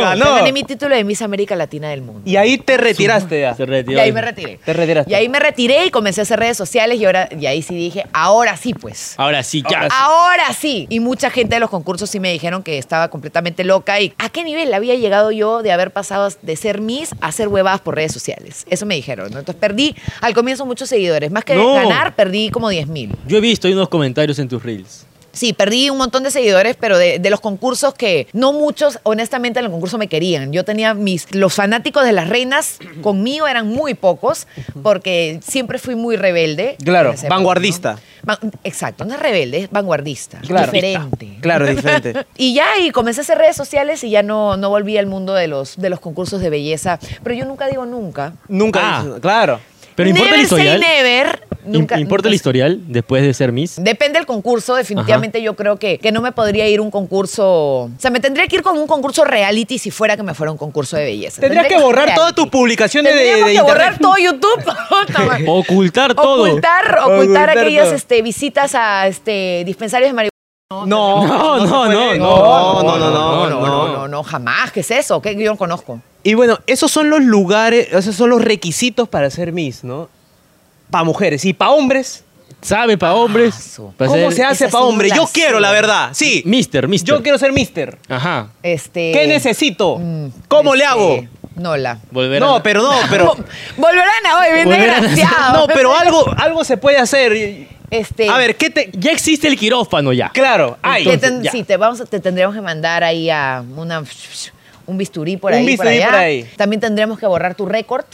A: Ganó.
C: Gané mi título de Miss América Latina del Mundo.
A: Y ahí te retiraste ya.
B: Se
C: Ah. Y
B: retiró.
C: ahí me retiré.
A: Te retiraste.
C: Y ahí me retiré y comencé a hacer redes sociales y ahora y ahí sí dije, ahora sí pues.
B: Ahora sí, ya.
A: Ahora sí.
C: Ahora sí. Y mucha gente de los concursos sí me dijeron que estaba completamente loca y a qué nivel había llegado yo de haber pasado de ser Miss a ser huevadas por redes sociales. Eso me dijeron. ¿no? Entonces perdí al comienzo muchos seguidores. Más que
B: No.
C: ganar, perdí como 10 mil.
B: Yo he visto ahí unos comentarios en tus reels.
C: Sí, perdí un montón de seguidores, pero de, de los concursos que no muchos, honestamente, en el concurso me querían. Yo tenía mis. Los fanáticos de las reinas conmigo eran muy pocos, porque siempre fui muy rebelde.
A: Claro,
C: en esa época,
A: vanguardista.
C: ¿no? Va- Exacto, no es rebelde, es vanguardista.
A: Claro.
C: Diferente.
A: Claro, diferente.
C: Y ya, y comencé a hacer redes sociales y ya no, no volví al mundo de los, de los concursos de belleza. Pero yo nunca digo nunca.
A: Nunca.
B: Ah.
A: dices- claro.
B: Pero importa
C: never
B: el historial.
C: Say never. Nunca,
B: Im- importa el
C: nunca-
B: historial después de ser Miss.
C: Depende del concurso, definitivamente yo creo que, que no me podría ir un concurso. O sea, me tendría que ir con un concurso reality si fuera que me fuera un concurso de belleza.
A: Tendrías
C: Tendría
A: que borrar
C: reality.
A: todas tus publicaciones de,
C: Tendríamos
A: de
C: que borrar
A: internet.
C: todo YouTube. Toma.
B: Ocultar todo.
C: Ocultar, ocultar,
A: Ocultar
C: aquellas
A: todo.
C: este, visitas a este, dispensarios de marihuana.
A: No,
B: No, no, no,
A: se puede. no,
B: no,
A: no, no,
B: no,
C: no, no, no, no, jamás. ¿Qué es eso? ¿Qué yo no conozco?
A: Y bueno, esos son los lugares, esos son los requisitos para ser Miss, ¿no? Para mujeres y para hombres.
B: Sabe para
C: Ah,
B: hombres.
C: su-
B: pa'
A: ¿Cómo
B: ser
A: se hace
C: esas
A: para
C: son
A: hombre? Yo
C: las-
A: quiero, la verdad. Sí.
B: Mister, mister.
A: Yo quiero ser Mister.
B: Ajá.
C: Este,
A: ¿Qué necesito?
C: mm,
A: ¿Cómo le
C: este,
A: hago?
C: Nola.
B: Volver a-
A: No, pero no, pero.
C: Volverán a hoy, bien
B: Volverán a-
C: desgraciado.
A: No, pero algo, algo se puede hacer.
C: Este,
A: A ver, ¿qué te.
B: Ya existe el quirófano ya.
A: Claro, hay.
C: Te ten-
B: ya.
C: sí, te, vamos a- te tendríamos que mandar ahí a una, un bisturí por
A: Un
C: ahí.
A: bisturí por
C: allá.
A: ahí.
C: También tendremos que borrar tu récord,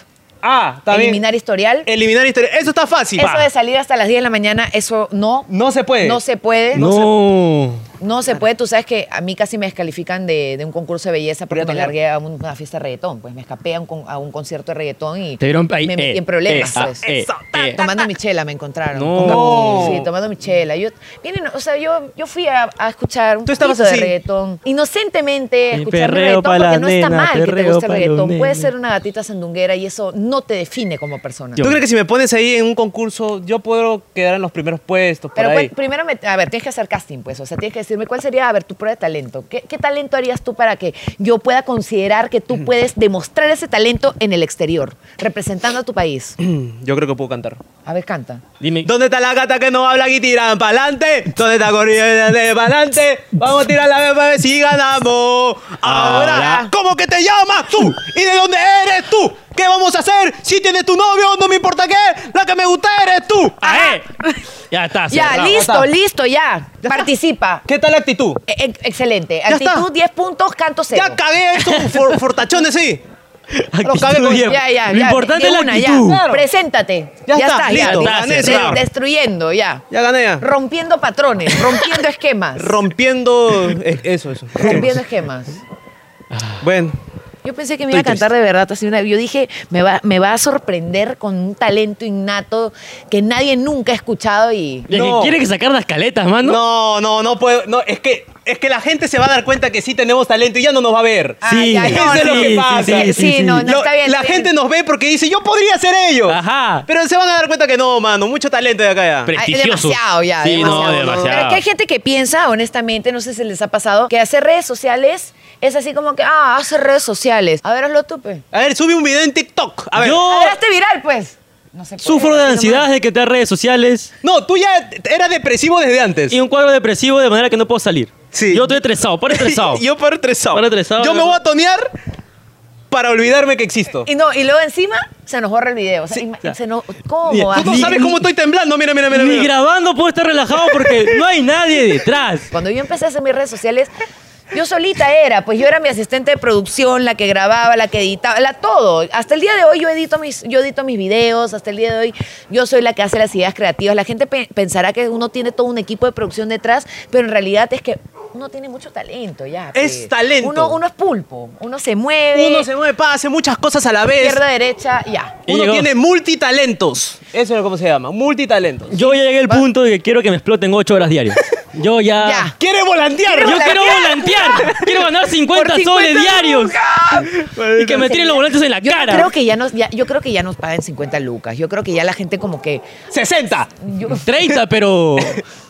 A: Ah, está bien. Eh,
C: eliminar historial.
A: Eliminar historia. Eso está fácil.
C: eso
A: Pa.
C: de salir hasta las 10 de la mañana, eso no.
A: No eh. se puede.
C: No se puede.
B: No.
C: No se puede, tú sabes que a mí casi me descalifican de, de un concurso de belleza porque
A: Pero ya
C: me
A: te
C: largué a un- una fiesta de reggaetón, pues me escapé a un, con- a un concierto de reggaetón y
B: Te vieron ahí.
C: me metí
B: eh,
C: en problemas.
B: eh, ah,
C: pues.
B: eh, eh.
C: Tomando michela me encontraron.
B: No.
C: Con- Sí, tomando michela. Yo, vienen, o sea, yo, yo fui a, a escuchar un
A: Tú estabas
C: poquito de
A: así.
C: reggaetón. Inocentemente
B: Y
C: escuchar
B: perreo
C: reggaetón
B: pa'
C: porque
B: las
C: no está
B: nenas,
C: mal que te
B: perreo
C: guste el
B: pa' los
C: reggaetón. Puedes
B: nenes.
C: ser una gatita sandunguera y eso no te define como persona.
B: Yo-
A: ¿Tú crees que si me pones ahí en un concurso, yo puedo quedar en los primeros puestos? Por
C: Pero
A: ahí?
C: cuál- primero, me- a ver, tienes que hacer casting, pues. O sea, tienes que decirme cuál sería, a ver, tu prueba de talento. ¿Qué, qué talento harías tú para que yo pueda considerar que tú puedes demostrar ese talento en el exterior, representando a tu país?
A: Yo creo que puedo cantar.
C: A ver, canta.
B: Dime.
A: ¿Dónde está la gata que no habla y tiran pa'lante? ¿Dónde está corriente pa'lante? Vamos a tirar la vez para ver si ganamos. Ahora.
B: Ahora.
A: ¿Cómo que te llamas tú? ¿Y de dónde eres tú? ¿Qué vamos a hacer? Si tienes tu novio, no me importa qué. La que me gusta eres tú.
B: Ah, eh. Ya está.
C: ya,
B: cerrado.
C: listo,
A: está.
C: listo, ya. Participa.
A: ¿Qué tal la actitud?
C: E- e- excelente.
A: Ya está.
C: Actitud 10 puntos, canto cero.
A: Ya cagué estos for- fortachones, sí.
B: Actitud
A: cabe con-
B: bien.
C: Ya, ya,
B: Lo
C: ya.
B: importante
C: de
B: es la
C: una,
B: actitud.
C: Ya.
A: Claro.
C: Preséntate.
A: Ya
C: Ya,
A: está,
C: está, ya.
A: listo,
C: De-
B: gané ese
C: de-
B: round.
C: destruyendo, ya.
A: Ya gané. ya.
C: Rompiendo patrones, rompiendo esquemas.
A: Rompiendo. eh, eso, eso.
C: rompiendo esquemas.
A: Bueno.
C: Yo pensé que me iba a
A: Estoy
C: cantar de verdad. así una- Yo dije, me va, me va a sorprender con un talento innato que nadie nunca ha escuchado y...
B: Ya que
A: No.
B: Quiere que sacar las caletas, mano.
A: No, no, no puedo. No, es que, es que la gente se va a dar cuenta que sí tenemos talento y ya no nos va a ver.
C: Ah,
B: Sí.
C: ya, no,
A: Eso es lo
C: no,
A: que
C: sí,
A: pasa.
C: Sí, sí,
B: sí,
C: no,
B: sí.
C: no,
A: Lo-
C: está bien.
A: la
C: está bien.
A: gente nos ve porque dice, yo podría ser ellos.
B: Ajá.
A: Pero se van a dar cuenta que no, mano. Mucho talento de acá ya.
B: Pre-
C: Ay,
B: prestigioso.
C: Demasiado ya.
B: Sí,
C: demasiado.
B: no, demasiado.
C: Pero es que hay gente que piensa, honestamente, no sé si les ha pasado, que hacer redes sociales es así como que, ah, hace redes sociales. A ver, hazlo tú, pues.
A: A ver, sube un video en TikTok. A ver.
B: Yo
C: A ver, hazte viral, pues. No se puede,
B: sufro de
C: así nomás.
B: ansiedad de que te redes sociales
A: No, tú ya eras depresivo desde antes.
B: y un cuadro depresivo de manera que no puedo salir.
A: Sí.
B: Yo estoy estresado, por estresado.
A: Yo paro estresado.
B: Paro estresado.
A: Yo me voy a tonear para olvidarme que existo.
C: Y no, y luego encima se nos borra el video. O sea, ima-
B: claro.
C: se nos- ¿Cómo?
B: Mira,
C: así?
A: Tú no sabes cómo estoy temblando. Mira, mira, mira.
B: Ni
A: mira.
B: grabando puedo estar relajado porque no hay nadie detrás.
C: Cuando yo empecé a hacer mis redes sociales, yo solita era, pues yo era mi asistente de producción, la que grababa, la que editaba, la todo. Hasta el día de hoy yo edito mis, yo edito mis videos, hasta el día de hoy yo soy la que hace las ideas creativas. La gente pe- pensará que uno tiene todo un equipo de producción detrás, pero en realidad es que uno tiene mucho talento ya.
A: Es
C: pues.
A: talento.
C: Uno, uno es pulpo, uno se mueve,
A: Uno se mueve, pa, hace muchas cosas a la vez.
C: izquierda, derecha, ya.
B: Y
A: Uno
B: llegó.
A: tiene multitalentos. Eso es como se llama, multitalentos.
B: Yo ya llegué al punto de que quiero que me exploten 8 horas diarias. Yo ya.
C: Ya.
A: ¡Quiere volantear!
B: Yo quiero volantear. Quiero ganar 50,
C: Por
B: soles
C: 50
B: diarios. Y que me tiren los volantes en la
C: Yo
B: cara.
C: creo que ya nos, ya- yo creo que ya nos pagan 50 lucas. Yo creo que ya la gente como que.
A: 60.
C: yo-
B: 30, pero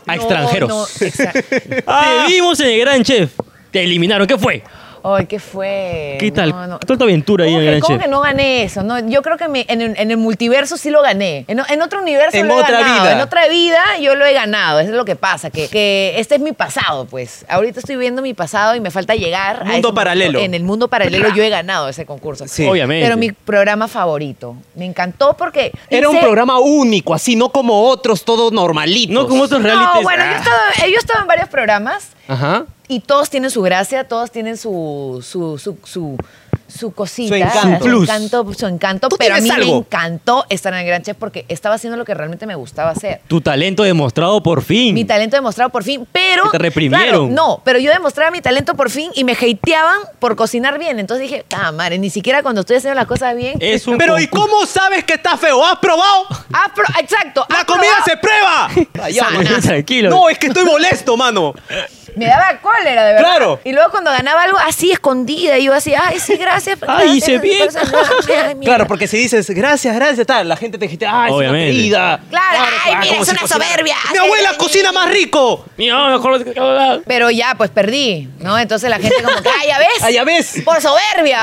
B: a
C: No,
B: extranjeros.
C: no, Ah. exa-
B: Ah. Te vimos en el Gran Chef. Te eliminaron. ¿Qué fue?
C: Ay, ¿qué fue?
B: ¿Qué tal?
C: No, no.
B: ¿Qué tal tu aventura ahí
C: ¿Cómo
B: en
C: que-
B: Gran
C: ¿Cómo
B: Chef?
C: que no gané eso? No, yo creo que me- en, el- en el multiverso sí lo gané. En, o- en otro universo
A: En
C: lo he
A: otra
C: ganado.
A: vida.
C: En otra vida yo lo he ganado. Eso es lo que pasa, que, que este es mi pasado, pues. Ahorita estoy viendo mi pasado y me falta llegar a
A: Mundo
C: ese momento.
A: paralelo.
C: En el mundo paralelo yo he ganado ese concurso.
A: Sí.
B: Obviamente.
C: Pero mi programa favorito. Me encantó porque...
A: Era un
C: hice-
A: programa único, así, no como otros, todos normalitos.
B: No como otros realities.
C: No, bueno, yo he
B: Ah.
C: estado- yo he estado en varios programas.
A: Ajá.
C: Y todos tienen su gracia, todos tienen su su su su, su cosita,
A: Su encanto.
B: Plus.
C: encanto, su encanto,
A: Tú
C: pero a mí
A: tienes
C: me
A: algo.
C: encantó estar en el Gran Chef porque estaba haciendo lo que realmente me gustaba hacer.
B: Tu talento demostrado por
A: Mm.
B: fin.
C: Mi talento demostrado por fin, pero...
B: Que te reprimieron.
C: Claro, no, pero yo demostraba mi talento por fin y me hateaban por cocinar bien. Entonces dije, ah, madre, ni siquiera cuando estoy haciendo las cosas bien...
A: Eh.
B: Es un
A: Pero ¿y
B: concurso.
A: cómo sabes que está feo? ¿Has probado?
C: Ah, pero- exacto.
A: ¡La
C: ah,
A: comida se
C: pero-
A: prueba!
C: Sana.
B: Tranquilo.
A: No, es que estoy molesto, mano.
C: Me daba cólera, de verdad.
A: Claro.
C: Y luego cuando ganaba algo así, escondida, y yo así, ay, sí, gracias.
B: Ay, hice
C: gracias,
B: bien.
C: gracias, ay, mira.
A: Claro, porque si dices gracias, gracias, tal, la gente te dijiste, ¡ay, es una ah,
B: Obviamente.
A: querida!
C: Claro, ay, mira,
A: como
C: es
A: si
C: una
A: cocinara.
C: soberbia.
A: ¡Mi abuela cocina más rico!
B: No, mejor-
C: Pero ya, pues perdí, ¿no? Entonces la gente como que, ¡ay, ya ves!
A: ¡Ay, ya ves!
C: ¡Por soberbia!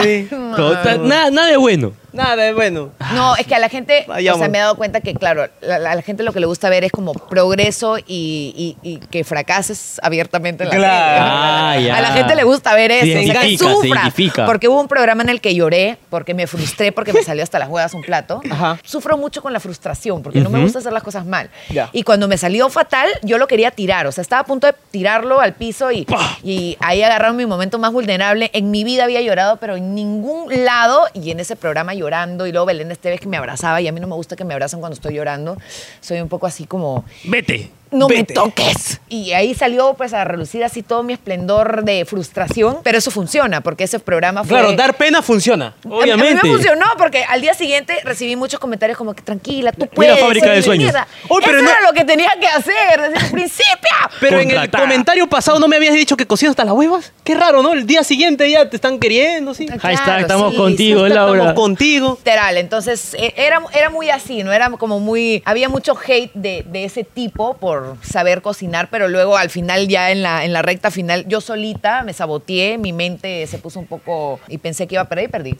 A: Ay,
C: Oh.
B: Total, nada, nada de bueno.
A: Nada, bueno.
C: No, es que a la gente, o sea,
A: Vayamos.
C: me he dado cuenta que, claro, la- la- a la gente lo que le gusta ver es como progreso y, y- y que fracases abiertamente en la
A: Claro.
C: tele.
B: Ah, ya.
C: a la gente le gusta ver
B: Se
C: eso, o sea, que
B: identifica, se
C: sufra.
B: identifica.
C: Porque hubo un programa en el que lloré, porque me frustré, porque me salió hasta las huevas un plato.
A: Ajá.
C: Sufro mucho con la frustración, porque no me gusta hacer las cosas mal.
A: Ya.
C: Y cuando me salió fatal, yo lo quería tirar, o sea, estaba a punto de tirarlo al piso y, y ahí agarraron mi momento más vulnerable. En mi vida había llorado, pero en ningún lado, y en ese programa llorando, y luego Belén Esteves que me abrazaba, y a mí no me gusta que me abrazan cuando estoy llorando, soy un poco así como
B: Vete.
C: no
A: Vete.
C: me toques. Y ahí salió pues a relucir así todo mi esplendor de frustración, pero eso funciona porque ese programa fue...
A: Claro, dar pena funciona.
C: A mí- A mí
B: Obviamente.
C: me funcionó porque al día siguiente recibí muchos comentarios como que tranquila, tú puedes.
B: Mira, fábrica de
C: oye,
B: sueños.
C: mierda".
A: Oye, pero
C: Eso
A: no-
C: era lo que tenía que hacer desde el principio.
A: Pero en el
B: Contratada.
A: comentario pasado no me habías dicho que cocinas hasta las huevas. Qué raro, ¿no? El día siguiente ya te están queriendo, sí.
C: Claro,
B: Hashtag, estamos
C: sí,
B: contigo,
C: sí,
B: Laura.
A: Estamos contigo.
C: Literal, entonces eh, era, era muy así, ¿no? Era como muy. Había mucho hate de, de ese tipo por saber cocinar, pero luego al final, ya en la, en la recta final, yo solita me saboteé, mi mente se puso un poco. y pensé que iba a perder y perdí.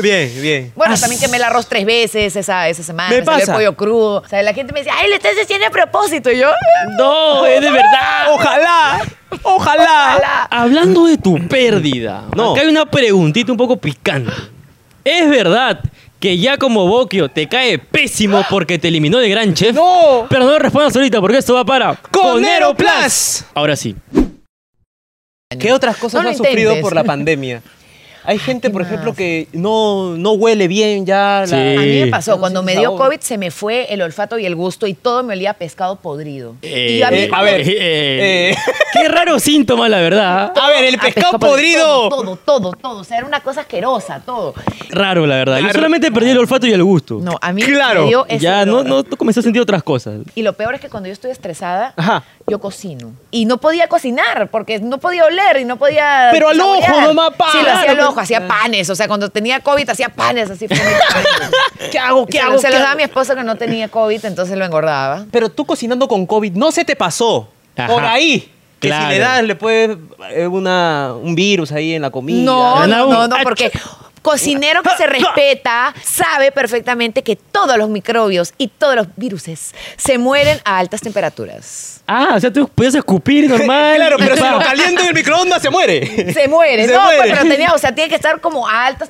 A: Bien, bien.
C: Bueno,
B: Ah,
C: también quemé el arroz tres veces esa, esa semana,
A: Me
C: me, salió el
A: pasa.
C: pollo crudo. O sea, la gente me decía, ¡ay, le estás haciendo a propósito! Y yo.
B: No, es de verdad.
A: Ojalá, ojalá.
C: "Ala".
B: Hablando de tu pérdida,
A: No.
B: acá hay una preguntita un poco picante. ¿Es verdad que ya como Bokio te cae pésimo porque te eliminó de Gran Chef?
A: No.
B: Pero no respondas ahorita porque esto va para
A: Conero Plus.
B: Ahora sí.
A: ¿Qué otras
C: No
A: cosas
C: lo
A: han sufrido
C: intentes.
A: por la pandemia? Hay gente, por
C: más?
A: ejemplo, que no, no huele bien ya. la-
B: Sí.
C: A mí me pasó,
A: No
C: cuando
A: sientes
C: me dio
A: sabor.
C: COVID se me fue el olfato y el gusto y todo me olía a pescado podrido.
B: Eh,
C: y yo a mí
A: eh,
C: como-
A: a ver,
B: eh,
A: eh.
B: Qué raro síntoma, la verdad.
A: A ver, el
C: a
A: pescado podrido.
C: Todo, todo, todo, todo. O sea, era una cosa asquerosa, todo.
B: Raro, la verdad. Yo
A: Claro.
B: solamente perdí el olfato y el gusto.
C: No, a mí
A: Claro,
C: me dio ese
B: ya no,
C: olor.
B: no no comencé a sentir otras cosas.
C: Y lo peor es que cuando yo estoy estresada,
A: Ajá.
C: yo cocino. Y no podía cocinar porque no podía oler y no podía.
A: Pero al ojo,
C: saborear.
A: mamá, pan.
C: Sí, lo hacía
A: Claro,
C: al
A: pero-
C: ojo, hacía panes. O sea, cuando tenía COVID, hacía panes así.
A: ¿Qué hago? ¿Qué
C: se,
A: hago?
C: se
A: ¿Qué
C: los daba a
A: hago?
C: mi esposo que no tenía COVID, entonces lo engordaba.
A: Pero tú cocinando con COVID, ¿no se te pasó?
B: Ajá.
A: Por ahí. Que
B: Claro.
A: si le das, le puedes eh, una, un virus ahí en la comida.
C: No,
B: Ana,
C: no, no,
B: un-
C: no, porque cocinero que se respeta sabe perfectamente que todos los microbios y todos los viruses se mueren a altas temperaturas.
B: Ah, o sea, tú podías escupir normal.
A: Claro,
B: y
A: pero si
B: pa.
A: lo calienta en el microondas se muere.
C: Se mueren,
A: Se
C: no, pues,
A: muere.
C: pero tenía, o sea, tiene que estar como a altas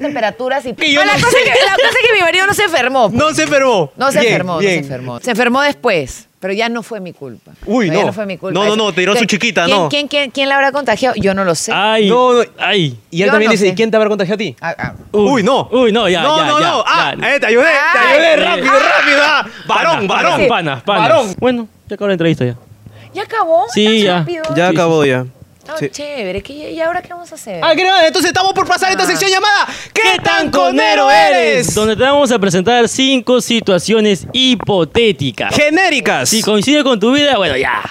C: temperaturas y
A: Que yo
C: No, la,
A: no
C: cosa
A: sé.
C: es que, la cosa es que mi marido no se enfermó. pues.
A: No se enfermó.
C: No se
A: Bien,
C: enfermó,
A: bien.
C: no se enfermó. Se enfermó después, pero ya no fue mi culpa.
A: Uy,
C: Ya
A: no.
C: no fue mi culpa.
A: No, no, no,
C: Eso-
A: te tiró su
C: ¿Quién-
A: chiquita,
C: quién-
A: no.
C: ¿Quién, quién, quién la habrá contagiado? Yo no lo sé.
B: Ay,
A: No, no.
B: ay.
A: Y él
C: Yo
A: también
C: no
A: dice,
C: sé.
A: ¿y quién te habrá contagiado a ti?
C: Ah, ah.
A: Uy, no.
B: Uy, no, ya,
A: No,
B: ya,
A: no,
B: ya,
A: no. Ah,
B: ya.
A: eh, te ayudé, te
C: Ay.
A: ayudé. Rápido, rápido. ah. Varón,
B: Pana,
A: varón.
B: pana, Panas, panas.
A: Varón.
B: Bueno, ya acabó la entrevista ya.
C: ¿Ya acabó?
B: Sí,
C: ¿Tan
B: ya.
C: rápido?
B: Ya Sí, acabó
A: ya.
C: No, chévere. ¿qué- ¿Y ahora qué vamos a hacer?
A: Ah, ¿qué nada? Entonces estamos por pasar esta sección llamada ¿Qué tan conero eres?
B: Donde te vamos a presentar cinco situaciones hipotéticas.
A: Genéricas.
B: Si coincide con tu vida, bueno, ya.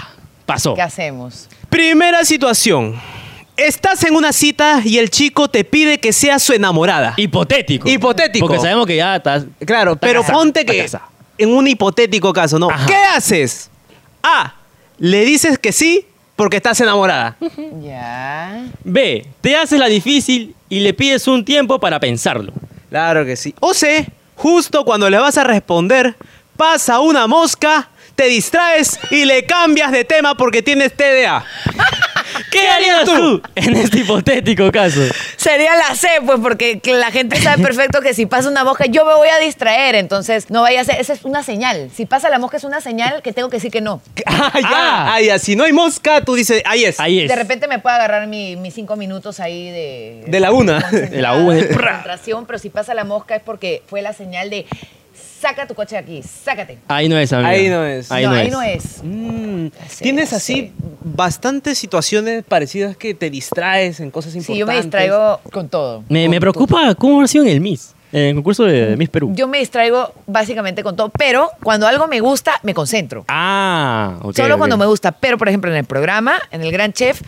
B: Pasó.
C: ¿Qué hacemos?
A: Primera situación. Estás en una cita y el chico te pide que seas su enamorada.
B: Hipotético.
A: Hipotético.
B: Porque sabemos que ya estás.
A: Claro,
B: Está
A: pero
B: casada,
A: ponte
B: está
A: que
B: casada.
A: en un hipotético caso, ¿no?
B: Ajá.
A: ¿Qué haces? A. Le dices que sí, porque estás enamorada.
C: Ya.
B: B. Te haces la difícil y le pides un tiempo para pensarlo.
A: Claro que sí. O C, justo cuando le vas a responder, pasa una mosca, te distraes y le cambias de tema porque tienes TDA.
B: ¿Qué harías tú en este hipotético caso?
C: Sería la C, pues, porque la gente sabe perfecto que si pasa una mosca, yo me voy a distraer, entonces no vaya a ser. Esa es una señal. Si pasa la mosca, es una señal que tengo que decir que no.
A: Ah, ya.
B: Ah.
A: Ah, ya. Si no hay mosca, tú dices, ahí es.
B: Ahí es.
C: De repente me puedo agarrar mi- mis cinco minutos ahí de.
A: De la una.
C: concentración,
B: De la una.
C: de Concentración, pero si pasa la mosca es porque fue la señal de. Saca tu coche de aquí, sácate.
B: Ahí no es, amigo.
A: Ahí no es.
B: Ahí
C: no,
B: no,
C: ahí
B: es.
C: no es.
A: Mm,
C: Sí,
A: Tienes
C: sí.
A: así bastantes situaciones parecidas que te distraes en cosas importantes.
C: Sí, yo me distraigo con todo.
B: Me, me
C: Con
B: preocupa cómo habrá sido en el Miss, en el concurso de Miss Perú.
C: Yo me distraigo básicamente con todo, pero cuando algo me gusta, me concentro.
B: Ah, ok.
C: Solo
B: ok.
C: cuando me gusta. Pero, por ejemplo, en el programa, en el Gran Chef,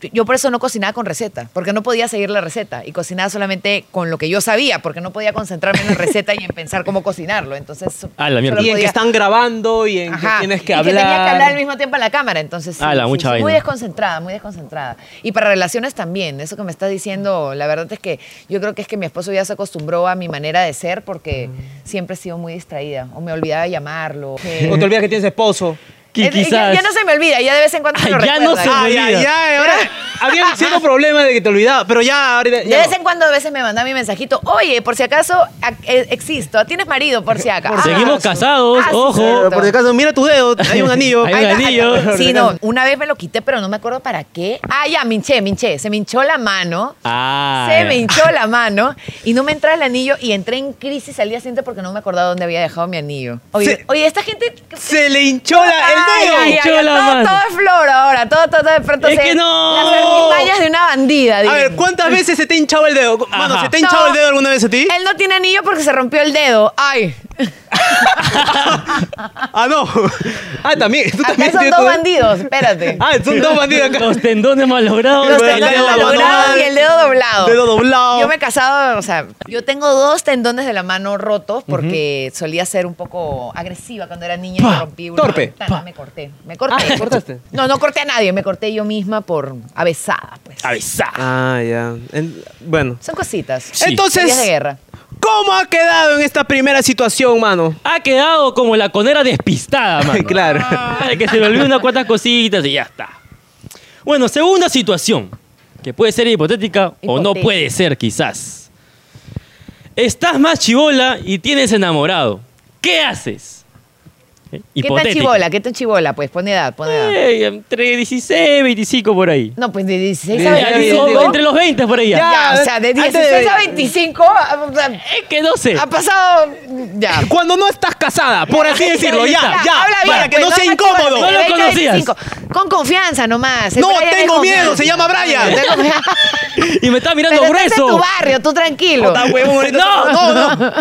C: yo- yo por eso no cocinaba con receta, porque no podía seguir la receta y cocinaba solamente con lo que yo sabía, porque no podía concentrarme en la receta y en pensar cómo cocinarlo. Entonces,
B: A Ah, la mierda.
C: solo
A: Y en que
C: podía-
A: están grabando y en
C: Ajá,
A: que tienes que
C: y
A: hablar.
C: tenía que hablar al mismo tiempo a la cámara, entonces. sí,
B: Ala,
C: sí,
B: Ah, mucha
C: sí,
B: vaina.
C: Muy desconcentrada, muy desconcentrada. Y para relaciones también, eso que me estás diciendo, la verdad es que yo creo que es que mi esposo ya se acostumbró a mi manera de ser porque
A: Mm.
C: siempre he sido muy distraída, o me olvidaba de llamarlo. que-
A: O te olvidas que tienes esposo.
B: Qui-
C: Eh,
B: quizás.
C: Ya, ya no se me olvida, ya de vez en cuando se
B: Ay,
C: lo
B: ya no
C: recuerdo.
B: se me
C: Ah,
A: Ay, ay,
B: olvida.
A: ay, ahora había cierto problema de que te olvidaba, pero ya ahorita.
C: De
A: ya
C: vez
A: no.
C: en cuando a veces me manda mi mensajito, oye, por si acaso a- eh, existo, tienes marido por si acaso.
B: Seguimos casados,
C: Ah, sí,
B: ojo.
C: cierto.
A: Por si acaso, mira tu dedo, hay un anillo.
B: Hay un
C: Ahí está,
B: anillo.
C: ahí está. Sí, no, una vez me lo quité, pero no me acuerdo para qué. Ah, ya, minché, minché. Se me hinchó la mano.
B: Ah,
C: se
B: ya.
C: me hinchó la mano y no me entra el anillo y entré en crisis al día siguiente porque no me acordaba dónde había dejado mi anillo. Oye,
A: Se-
C: oye esta gente...
A: Se le hinchó la, el
C: Ay,
A: dedo.
C: ay, ay,
B: hinchó
C: ay,
B: la
C: todo,
B: mano.
C: todo es flor ahora, todo, todo, todo de pronto
B: Es
C: se-
B: que no.
C: Las artimañas de una bandida,
A: A ver,
C: dime.
A: ¿cuántas veces se te ha hinchado el dedo? Mano,
B: Ajá.
A: ¿se te ha hinchado
C: No. Eh.
A: el dedo alguna vez a ti?
C: Él no tiene anillo porque se rompió el dedo. Ay,
A: Ah, no. Ah, también. Tú
C: acá
A: también
C: son
A: tienes
C: dos
A: tu-
C: bandidos, espérate.
A: Ah, son dos bandidos acá.
B: Los tendones malogrados.
C: Los
B: el
A: bueno,
C: tendones
B: dedo
A: la mano
C: doblados
A: mal.
C: y el dedo doblado.
A: Dedo doblado.
C: Yo me he casado, o sea, yo tengo dos tendones de la mano rotos porque solía ser un poco agresiva cuando era niña y me rompí una
A: Torpe.
C: ventana, me corté, me corté.
A: Ah, ¿te cortaste?
C: No, no corté a nadie, me corté yo misma por avesada, pues.
B: Avesá.
A: Ah, ya. En- bueno.
C: Son cositas.
B: Sí.
C: Días de
A: Entonces,
C: guerra.
A: ¿cómo ha quedado en esta primera situación, mano?
B: Ha quedado como la conera despistada, mano.
A: Claro.
B: Ay, que se le olvidó unas cuantas cositas y ya está. Bueno, segunda situación, que puede ser hipotética o no
C: Hipotética.
B: puede ser quizás. Estás más chivola y tienes enamorado. ¿Qué haces? Eh,
C: ¿Qué tan
B: hipotética.
C: chivola? ¿Qué tan chivola? Pues pon edad, pon
A: Eh.
C: edad.
B: Ey, entre 16 y 25 por ahí.
C: No, pues de 16 a
B: Eh,
A: ya,
C: 25.
B: o- entre los 20 por ahí ya.
C: Ya, o sea, de
A: Antes
C: 16
A: de-
C: a 25 o sea,
B: Es que no sé.
C: ha pasado ya.
A: Cuando no estás casada, por así decirlo, ya, ya.
C: habla bien,
A: para que
C: pues,
A: no sea
C: seas
A: incómodo.
B: No
C: chivola,
B: lo
C: de 20 a
B: conocías.
C: 25. Con confianza nomás. El
A: No,
C: Brian es
A: tengo
C: con
A: miedo,
C: confianza.
A: se llama Brian.
C: Tengo miedo.
B: Y me está mirando
C: Pero estás en tu
B: grueso.
C: barrio, tú tranquilo.
A: Puta, ah, huevón, ahorita-
B: No.
A: no, no.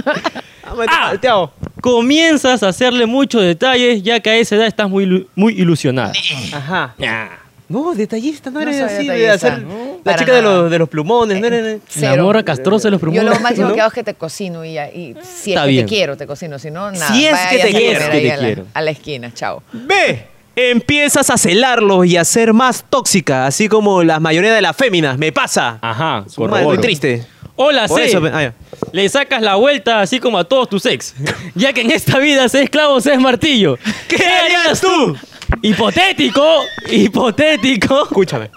A: Ah, te hago.
B: Comienzas a hacerle muchos detalles ya que a esa edad estás muy, ilu- muy ilusionada.
A: Ajá.
B: Ah,
A: No, detallista, no
C: No
A: eres
C: soy
A: así de
C: detallista,
A: hacer
C: ¿no?
A: la
C: Para
A: chica de
C: nada. Eh,
A: los, de los plumones, no eres...
B: La
C: Cero.
B: morra castrosa de los
C: Yo lo
B: pulmones.
C: máximo
B: ¿no?
C: que hago es que te cocino y, ya- y si es
B: Está
C: que
B: bien.
C: te quiero, te cocino. Si no, nada.
A: Si es
C: vayas
A: que te
C: a comer
A: quiero.
B: Si
C: ahí
B: te
C: a, la,
B: quiero.
C: a la esquina, chao.
A: B. Empiezas a celarlos y a ser más tóxica, así como la mayoría de las féminas. Me pasa.
B: Ajá,
A: Su madre,
B: corroboro.
A: Estoy triste.
B: Hola,
A: Por
B: C.
A: eso, ah, ya.
B: Le sacas la vuelta así como a todos tus ex. Ya que en esta vida ser esclavo es martillo.
A: ¿Qué harías tú?
B: Hipotético, hipotético.
A: Escúchame.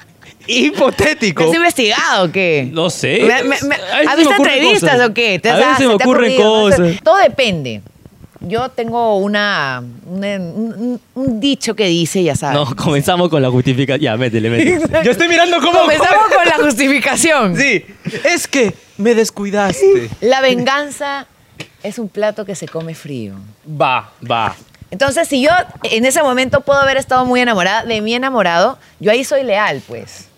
C: ¿Te
A: Hipotético.
C: has investigado o qué?
B: No sé.
C: Me- me- me-
B: A veces
C: ¿Has
B: se
C: visto
B: me ocurren
C: entrevistas
B: cosas.
C: o qué?
B: A
C: has-
B: veces
C: ah,
B: se
C: te
B: me
C: ha
B: ocurren
C: ocurrido, ¿no?
B: cosas.
C: Todo depende. Yo tengo una, una- un, un dicho que dice, ya sabes.
B: No, comenzamos con la justificación. Ya, métele, métele.
A: Yo estoy mirando cómo.
C: Comenzamos con la justificación.
A: Sí. Es que me descuidaste.
C: La venganza es un plato que se come frío.
B: Va, va.
C: Entonces, si yo en ese momento puedo haber estado muy enamorada de mi enamorado, yo ahí soy leal, pues.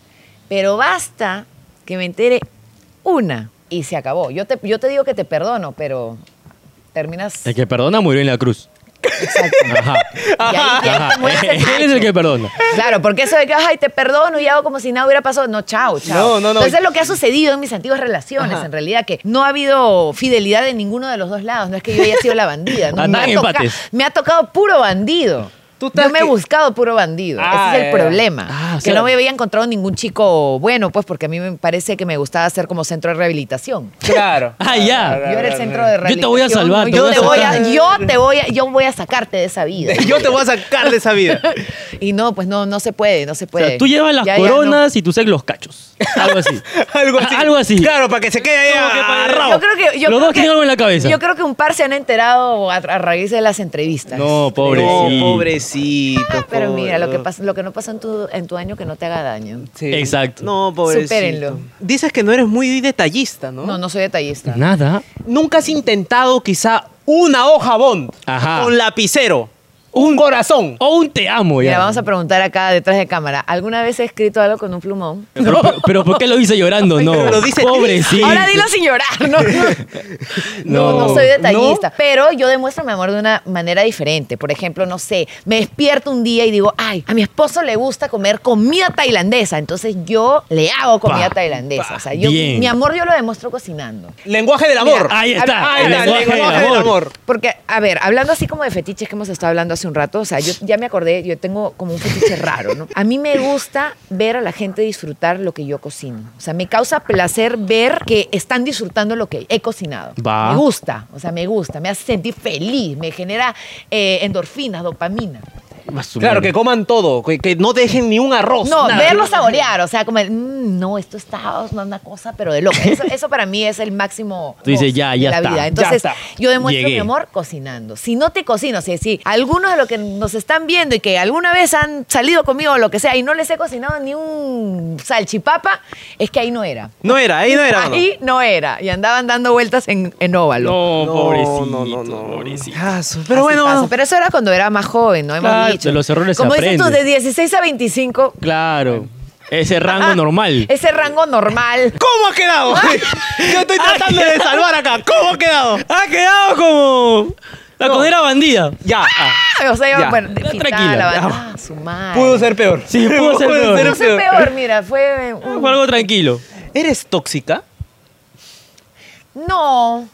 C: Pero basta que me entere una y se acabó. Yo te, yo te digo que te perdono, pero terminas.
B: El que perdona murió en la cruz.
C: Exacto.
B: Ajá.
C: Y ahí tienes
B: Ajá.
C: que morirse
B: Él es el que perdona.
C: Claro, porque eso de que, ay, te perdono y hago como si nada hubiera pasado. No, chao, chao.
A: No, no, no.
C: Entonces es lo que ha sucedido en mis antiguas relaciones, en realidad, que no ha habido fidelidad de ninguno de los dos lados. No es que yo haya sido la bandida. ¿no?
B: Andan
C: Me, ha
B: en
C: toca-
B: empates.
C: me ha tocado puro bandido.
A: Tú estás
C: Yo me he
A: que-
C: buscado puro bandido.
A: Ah,
C: Ese es el
A: ya, ya.
C: problema.
A: Ah,
C: que
A: o sea-
C: no me había encontrado ningún chico bueno, pues porque a mí me parece que me gustaba hacer como centro de rehabilitación.
A: Claro.
B: Ah, ya.
C: Yo era el centro de
B: Yo
C: rehabilitación.
B: te voy a salvar,
C: ¿no?
B: te
C: Yo
B: voy a
C: te voy a,
B: sacar.
C: yo te voy a, yo voy a sacarte de esa vida.
A: Yo te voy a sacar de esa vida.
C: Y no, pues no, no se puede, no se
B: O
C: puede.
B: sea, tú llevas las
C: Pues, Ya, ya, no.
B: coronas y tu sex los cachos. Algo así.
A: Algo así.
B: Ah, algo así.
A: Claro, para que se quede ahí
B: Como que para-
A: agarrado.
C: Yo creo que yo
B: Los
C: creo
B: dos
C: que-
B: tienen algo en la cabeza.
C: Yo creo que un par se han enterado a, a raíz de las entrevistas. Ah,
B: No, pobrecito.
A: No, pobrecito.
C: Pero
A: pobre-
C: mira, lo que pasa, lo que no pasa en tu, en tu año que no te haga daño.
A: Sí.
B: Exacto.
A: No, pobrecito.
C: Supérenlo.
A: Dices que no eres muy detallista, ¿no?
C: No, no soy detallista.
B: Nada.
A: Nunca has intentado quizá una hoja Bond
B: Ajá.
A: con lapicero, un corazón.
B: O un te amo ya.
C: Mira, vamos a preguntar acá detrás de cámara. ¿Alguna vez he escrito algo con un plumón?
B: Pero, pero- pero ¿por qué lo dice llorando? No.
A: pero lo dice
B: Pobrecito.
C: Ahora dilo sin llorar, ¿no? No, no,
B: No.
C: soy detallista. Pero yo demuestro mi amor de una manera diferente. Por ejemplo, no sé, me despierto un día y digo, ay, a mi esposo le gusta comer comida tailandesa. Entonces yo le hago comida
B: Pa,
C: tailandesa.
B: pa,
C: o sea, yo,
B: bien.
C: mi amor yo lo demuestro cocinando.
A: Lenguaje del amor.
B: Ahí está.
A: Ahí
B: el
A: está,
B: lenguaje del amor.
C: Porque, a ver, hablando así como de fetiches que hemos estado hablando hace un rato, o sea, yo ya me acordé, yo tengo como un fetiche raro, ¿no? A mí me gusta ver a la gente disfrutar lo que yo cocino. O sea, me causa placer ver que están disfrutando lo que he cocinado.
B: Va.
C: Me gusta, o sea, me gusta, me hace sentir feliz, me genera eh, endorfinas, dopamina.
B: Va su
A: Claro,
B: madre.
A: que coman todo, que, que no dejen ni un arroz.
C: No,
A: nada.
C: verlo saborear, o sea, como, el, "Mm, no, esto está es una cosa, pero de loca. Eso, eso para mí es el máximo.
B: Tú dices,
C: gozo
B: ya,
C: de
B: ya
C: la
B: está,
C: vida.
B: ya
C: Entonces,
A: está.
C: yo demuestro
B: Llegué.
C: mi amor cocinando. Si no te cocino, si, si algunos de los que nos están viendo y que alguna vez han salido conmigo o lo que sea y no les he cocinado ni un salchipapa, es que ahí no era.
A: No era, ahí no era. mano.
C: Ahí no era. Y andaban dando vueltas en, en óvalo.
B: No,
A: No,
B: pobrecito.
A: no, no, no.
B: Pobrecito.
A: Ah, su- Pero
C: Así
A: bueno,
C: pasa. Pero eso era cuando era más joven, ¿no? Hemos
B: Claro,
C: dicho.
B: de los errores se
C: Como dices tú,
B: aprende.
C: de 16 a 25.
B: Claro. Ese rango
C: ah,
B: normal.
C: Ese rango normal.
A: ¿cómo ha quedado?
C: Ah.
A: Yo estoy tratando de salvar acá. ¿Cómo ha quedado?
B: Ha quedado como la
A: No.
B: conera bandida.
A: Ya. ah,
C: O sea,
A: Ya.
C: bueno,
B: Ya,
C: pintada
B: tranquila,
C: la
B: ya.
C: banda. Ah, su madre.
A: Pudo ser peor.
B: Sí, pudo ser peor. Ah,
C: Pudo ser peor, mira, fue. un-
B: Fue algo tranquilo.
A: ¿Eres tóxica?
C: No.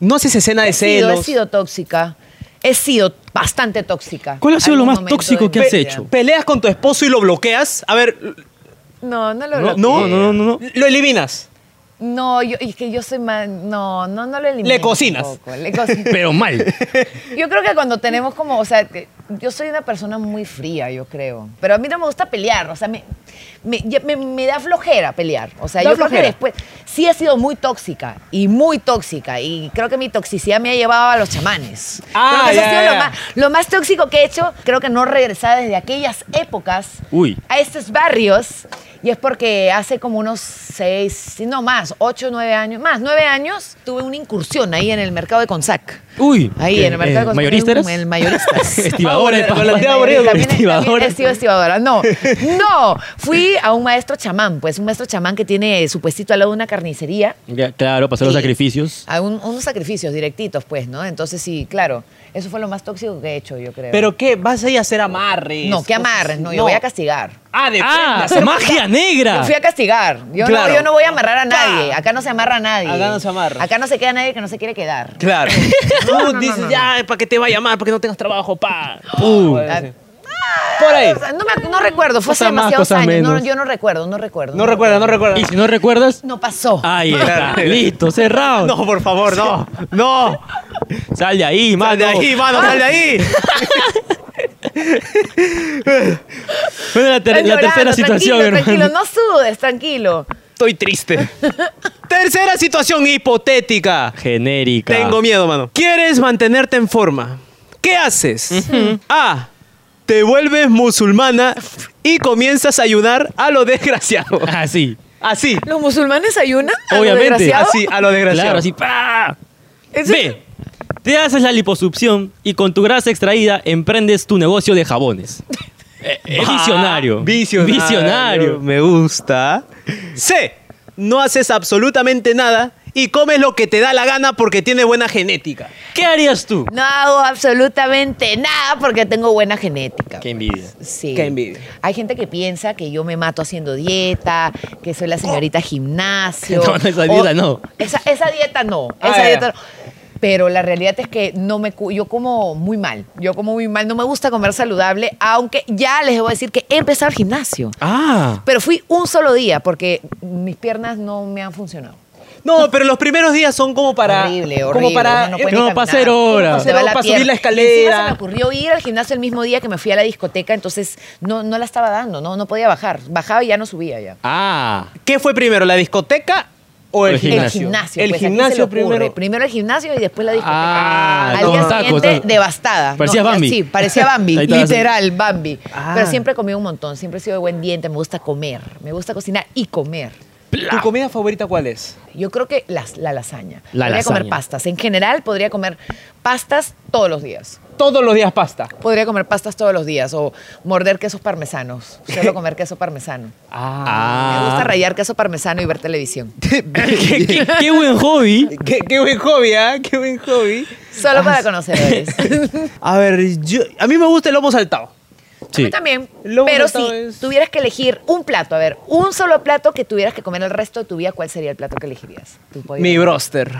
A: No haces escena de
C: He sido, he
A: celos.
C: sido tóxica. He sido bastante tóxica.
B: ¿Cuál ha sido lo
C: Algún
B: más
C: momento
B: tóxico
C: de
B: que
C: mi
B: has
C: vida.
B: hecho?
A: ¿Peleas con tu esposo y lo bloqueas? A ver,
C: No, no lo
B: No,
C: bloqueé.
B: no, no, no.
A: lo eliminas.
C: No, yo, es que yo soy más. No, no, no lo eliminé.
A: Le cocinas.
C: tampoco. Le cocino.
B: Pero mal.
C: Yo creo que cuando tenemos como, o sea, que yo soy una persona muy fría, yo creo. Pero a mí no me gusta pelear, o sea, me, me, ya- me- me da flojera pelear. O sea,
A: Da
C: yo creo
A: flojera.
C: que después sí he sido muy tóxica y muy tóxica y creo que mi toxicidad me ha llevado a los chamanes.
A: Ah,
C: creo que eso
A: ya,
C: ha sido
A: ya,
C: Lo,
A: ya.
C: más, lo más tóxico que he hecho. Creo que no regresaba desde aquellas épocas
B: Uy.
C: a estos barrios. Y es porque hace como unos seis, no más, ocho, nueve años, más, nueve años, tuve una incursión ahí en el mercado de Consac.
B: Uy.
C: Ahí,
B: ¿Qué?
C: en el mercado
B: Eh,
C: de Consumo,
B: ¿mayorista eras?
C: En el mayorista.
B: Estibadora de
A: Ah, bueno,
B: papá.
A: con la tía Abreu.
C: También- también
B: Estibadora.
C: he sido estibadora. No, no. Fui a un maestro chamán, pues un maestro chamán que tiene su puestito al lado de una carnicería.
B: Ya, Claro, pasar los
C: Sí.
B: sacrificios.
C: A un- unos sacrificios directitos, pues, ¿no? Entonces, sí, claro. Eso fue lo más tóxico que he hecho, yo creo.
A: ¿Pero qué? ¿Vas ahí a hacer amarres?
C: no, que
A: cosas
C: amarres,
A: así?
C: no, yo voy a castigar.
A: Ah, de
B: ¡Ah!
A: frente, hacer-
B: ¡Magia negra!
C: Yo fui a castigar. Yo,
A: Ah. Claro.
C: no, yo no voy a amarrar a
A: Pa.
C: nadie. Acá no se amarra a nadie.
A: Acá no se amarra.
C: Acá no se queda nadie que no se quiere quedar.
A: Claro. Tú
C: No, no, no,
A: dices,
C: no, no.
A: ya, ¿para qué te va a llamar? ¿Para que no tengas trabajo? Pa.
B: Uh.
C: Ah,
A: Por ahí.
C: o sea, No, me- no recuerdo, fue hace
B: Cosas más,
C: demasiados
B: cosas
C: años. No,
B: menos.
C: yo no recuerdo, no recuerdo.
A: No recuerda, no recuerda.
B: Y si no recuerdas,
C: No pasó.
B: ahí está.
A: Claro.
B: Listo, cerrado.
A: No, por favor, no. No.
B: Sal de ahí, mano.
A: Sal de ahí, mano, sal de ahí.
B: Bueno, la, ter-
C: Estás
B: la
C: llorando,
B: tercera situación,
C: tranquilo,
B: hermano.
C: Tranquilo, no sudes, tranquilo.
A: Estoy triste. Tercera situación hipotética.
B: Genérica.
A: Tengo miedo, mano. ¿Quieres mantenerte en forma? ¿Qué haces? A. Te vuelves musulmana y comienzas a ayudar a lo desgraciado.
B: Así.
A: Así.
C: ¿Los musulmanes ayunan? a los
B: Obviamente,
C: desgraciados?
A: Así, a lo desgraciado.
B: Claro, así. ¡pa!
C: Eso-
B: B. Te haces la liposucción y con tu grasa extraída emprendes tu negocio de jabones. Eh, eh, visionario.
A: Ah, Visionario.
B: Visionario.
A: Me gusta. C. No haces absolutamente nada y comes lo que te da la gana porque tiene buena genética.
B: ¿Qué harías tú?
C: No hago absolutamente nada porque tengo buena genética.
B: Qué envidia.
C: Sí.
A: Qué envidia.
C: Hay gente que piensa que yo me mato haciendo dieta, que soy la señorita gimnasio.
B: No, no, esa dieta no.
C: Esa, esa dieta no.
A: Ah,
C: Esa
A: ya.
C: dieta no. Pero la realidad es que no me cu- yo como muy mal. Yo como muy mal. No me gusta comer saludable, aunque ya les debo decir que he empezado el gimnasio.
A: Ah.
C: Pero fui un solo día porque mis piernas no me han funcionado.
A: No, pero los primeros días son como para.
C: horrible, horrible.
A: Como para.
C: Uno
A: eh,
C: puede ni
B: no,
C: caminar.
B: para hacer hora.
C: Uno se va
A: No,
C: la
A: para subir
C: pierna.
A: la escalera.
C: Y encima se me ocurrió ir al gimnasio el mismo día que me fui a la discoteca, entonces no, no la estaba dando, no, no podía bajar. Bajaba y ya no subía ya.
B: Ah.
A: ¿Qué fue primero, la discoteca o el,
B: El
A: gimnasio?
C: El gimnasio.
A: El
C: pues, ¿a quién se le
A: gimnasio
C: ocurre?
A: primero.
C: Primero el gimnasio y después la discoteca.
B: Ah,
C: Al
B: no.
C: día
B: Con tacos,
C: siguiente,
B: tacos.
C: devastada.
B: Parecía
C: No,
B: Bambi.
C: Sí, parecía Bambi,
B: Ahí estabas.
C: literal, Bambi.
A: Ah.
C: Pero siempre he comido un montón, siempre he sido de buen diente, me gusta comer, me gusta cocinar y comer.
A: ¿Tu comida favorita cuál es?
C: Yo creo que las- la lasaña.
B: La
C: podría comer
B: lasaña.
C: pastas. En general podría comer pastas todos los días.
A: Todos los días pasta.
C: Podría comer pastas todos los días o morder quesos parmesanos. Solo comer queso parmesano.
A: Ah.
B: Ah.
C: Me gusta rayar queso parmesano y ver televisión.
B: ¿Qué, qué- qué buen hobby.
A: Qué, qué buen hobby, ¿ah? Qué buen hobby.
C: Solo
B: Ah.
C: para conocedores.
A: A ver, yo, a mí me gusta el lomo saltado.
C: A
B: Sí.
C: mí también.
A: Lobo
C: pero si
A: saltado es-
C: tuvieras que elegir un plato, a ver, un solo plato que tuvieras que comer el resto de tu vida, ¿cuál sería el plato que elegirías? Tú podías-
A: Mi broster.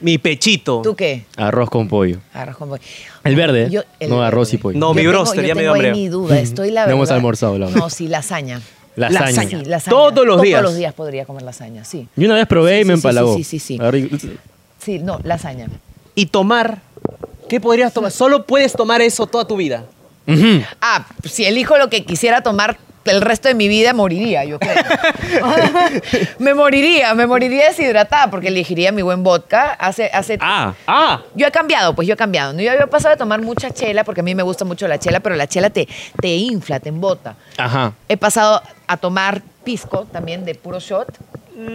A: Mi pechito.
C: ¿Tú qué?
B: Arroz con pollo.
C: Arroz con pollo.
B: El verde, ¿eh?
C: Yo- el
B: No,
C: verde.
B: arroz y pollo.
A: No, mi
C: tengo-
A: broster,
C: yo
A: ya me
C: tengo
A: dio
C: ahí
A: hambre.
C: mi duda, estoy la
B: No
C: verdad.
B: hemos almorzado, la verdad.
C: No, sí, lasaña.
B: Lasaña.
C: Sí, lasaña.
A: Todos los días.
C: Todos los días podría comer lasaña, sí.
B: Yo una vez probé
C: Sí,
B: y me
C: sí, sí,
B: empalagó.
C: sí, sí, sí.
B: Arri-
C: Sí, no, lasaña.
A: Y tomar. ¿Qué podrías tomar? Solo puedes tomar eso toda tu vida.
B: Ujú.
C: Ah, si elijo lo que quisiera tomar el resto de mi vida, moriría, yo creo. me moriría, me moriría deshidratada porque elegiría mi buen vodka. Hace, hace
B: Ah.
A: Ah,
C: Yo he cambiado, pues yo he cambiado. ¿no? Yo había pasado de tomar mucha chela, porque a mí me gusta mucho la chela, pero la chela te, te infla, te embota.
B: Ajá.
C: He pasado a tomar pisco también de puro shot.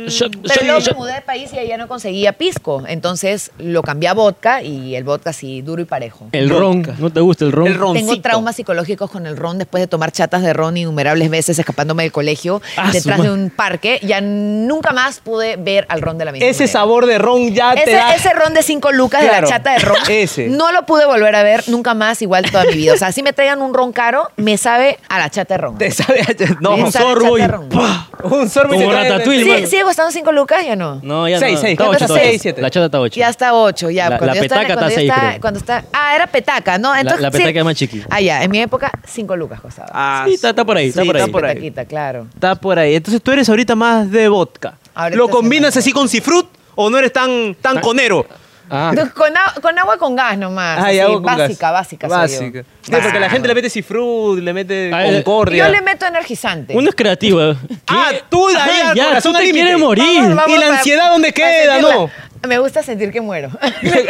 B: Shot,
C: Pero
B: shot,
C: luego me
B: shot.
C: mudé de país y allá no conseguía pisco. Entonces lo cambié a vodka y el vodka así duro y parejo.
B: El ron.
A: Vodka.
B: ¿No te gusta el ron?
A: El ron. roncito.
C: Tengo traumas psicológicos con el ron después de tomar chatas de ron innumerables veces escapándome del colegio
B: Ah, su
C: detrás de
B: ma-
C: un parque. Ya nunca más pude ver al ron de la misma
A: ese
C: manera.
A: sabor de ron ya te
C: Ese,
A: da.
C: ese ron de 5 lucas de
A: Claro,
C: la chata de ron,
A: ese.
C: no lo pude volver a ver nunca más igual toda mi vida. O sea, si me traigan un ron caro, me sabe a la chata de ron.
A: Te sabe a- No,
C: Me
A: un
C: sabe a
A: sorbo y.
C: chatarrón.
A: ¡pah! Un sorbo y
B: Como
A: te trae-
B: ratatouille,
C: Sí,
B: hermano.
C: ¿Sigue costando 5 lucas? Ya no.
B: No, ya
A: Seis,
B: no.
A: seis.
B: Está
A: ¿Qué
B: ocho,
A: pasa?
B: está
A: Seis,
B: ocho.
A: siete.
B: La chata está 8.
C: Ya está 8, ya.
B: La-
C: cuando
B: la
C: yo estaba-
B: petaca está
C: cuando yo
B: seis,
C: estaba-
B: creo.
C: cuando estaba- ah, era petaca, ¿no? Entonces,
B: la
C: sí.
B: petaca es más chiquita.
C: Ah, ya, en mi época 5 lucas costaba.
A: Ah,
B: Sí, está- está por ahí, está
A: sí,
B: por ahí.
A: Está por ahí.
C: Petaquita, claro.
A: Está por ahí. Entonces tú eres ahorita más de vodka.
C: Ahorita
A: ¿Lo
C: sí,
A: combinas
C: más de
A: así con cifrut o no eres tan, tan conero?
B: Ah.
C: Con, a- con agua con gas nomás.
A: Ah,
C: así,
A: ya hago con gas.
C: básica, básica, soy yo.
A: Básica. Sí, porque la gente le mete cifrut, le mete
B: Ah, eh.
A: concordia.
C: Yo le meto energizante.
B: Uno es creativo. ¿eh?
A: Ah,
B: ¿Qué?
A: tú de ahí
B: Ah,
A: al
B: ya,
A: corazón
B: tú
A: al
B: te
A: límite.
B: quieres morir.
C: Vamos,
A: ¿Y la
C: para-
A: ansión dónde
C: para
A: queda,
C: sentirla- Me gusta sentir que muero.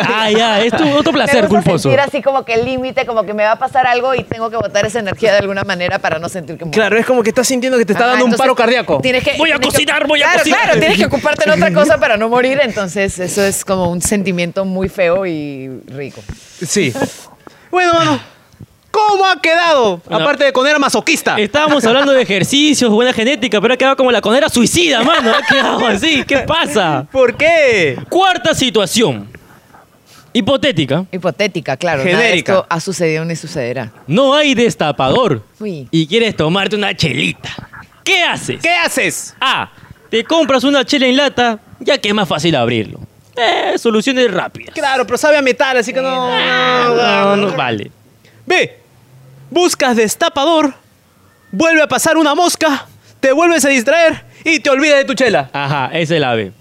B: Ah, ya, es tu, otro placer
C: me gusta
B: culposo.
C: sentir así como que el límite, como que me va a pasar algo y tengo que botar esa energía de alguna manera para no sentir que muero.
A: Claro, es como que estás sintiendo que te está
C: Ajá,
A: dando un
C: entonces
A: paro cardíaco.
C: tienes que-
B: Voy a
C: tienes que-
B: cocinar, voy a
C: claro,
B: cocinar.
C: Claro, tienes que ocuparte en otra cosa para no morir, entonces eso es como un sentimiento muy feo y rico.
A: Sí. Bueno, mano, ¿cómo ha quedado?
B: Una-
A: Aparte de con era masoquista.
B: Estábamos hablando de ejercicios, buena genética, pero ha quedado como la conera suicida, mano. Ha quedado así. ¿Qué pasa?
A: ¿Por qué?
B: Cuarta situación. Hipotética.
C: Hipotética, claro. nada de
A: Genérica.
C: esto ha sucedido ni sucederá.
B: No hay destapador.
C: Uy.
B: Y quieres tomarte una chelita. ¿Qué haces?
A: ¿Qué haces?
B: A. Te compras una chela en lata, ya que es más fácil abrirlo. Eh, soluciones rápidas.
A: Claro, pero sabe a metal, así que no.
B: No, no vale.
A: B. Buscas destapador, vuelve a pasar una mosca, te vuelves a distraer y te olvidas de tu chela.
B: Ajá, esa es la B.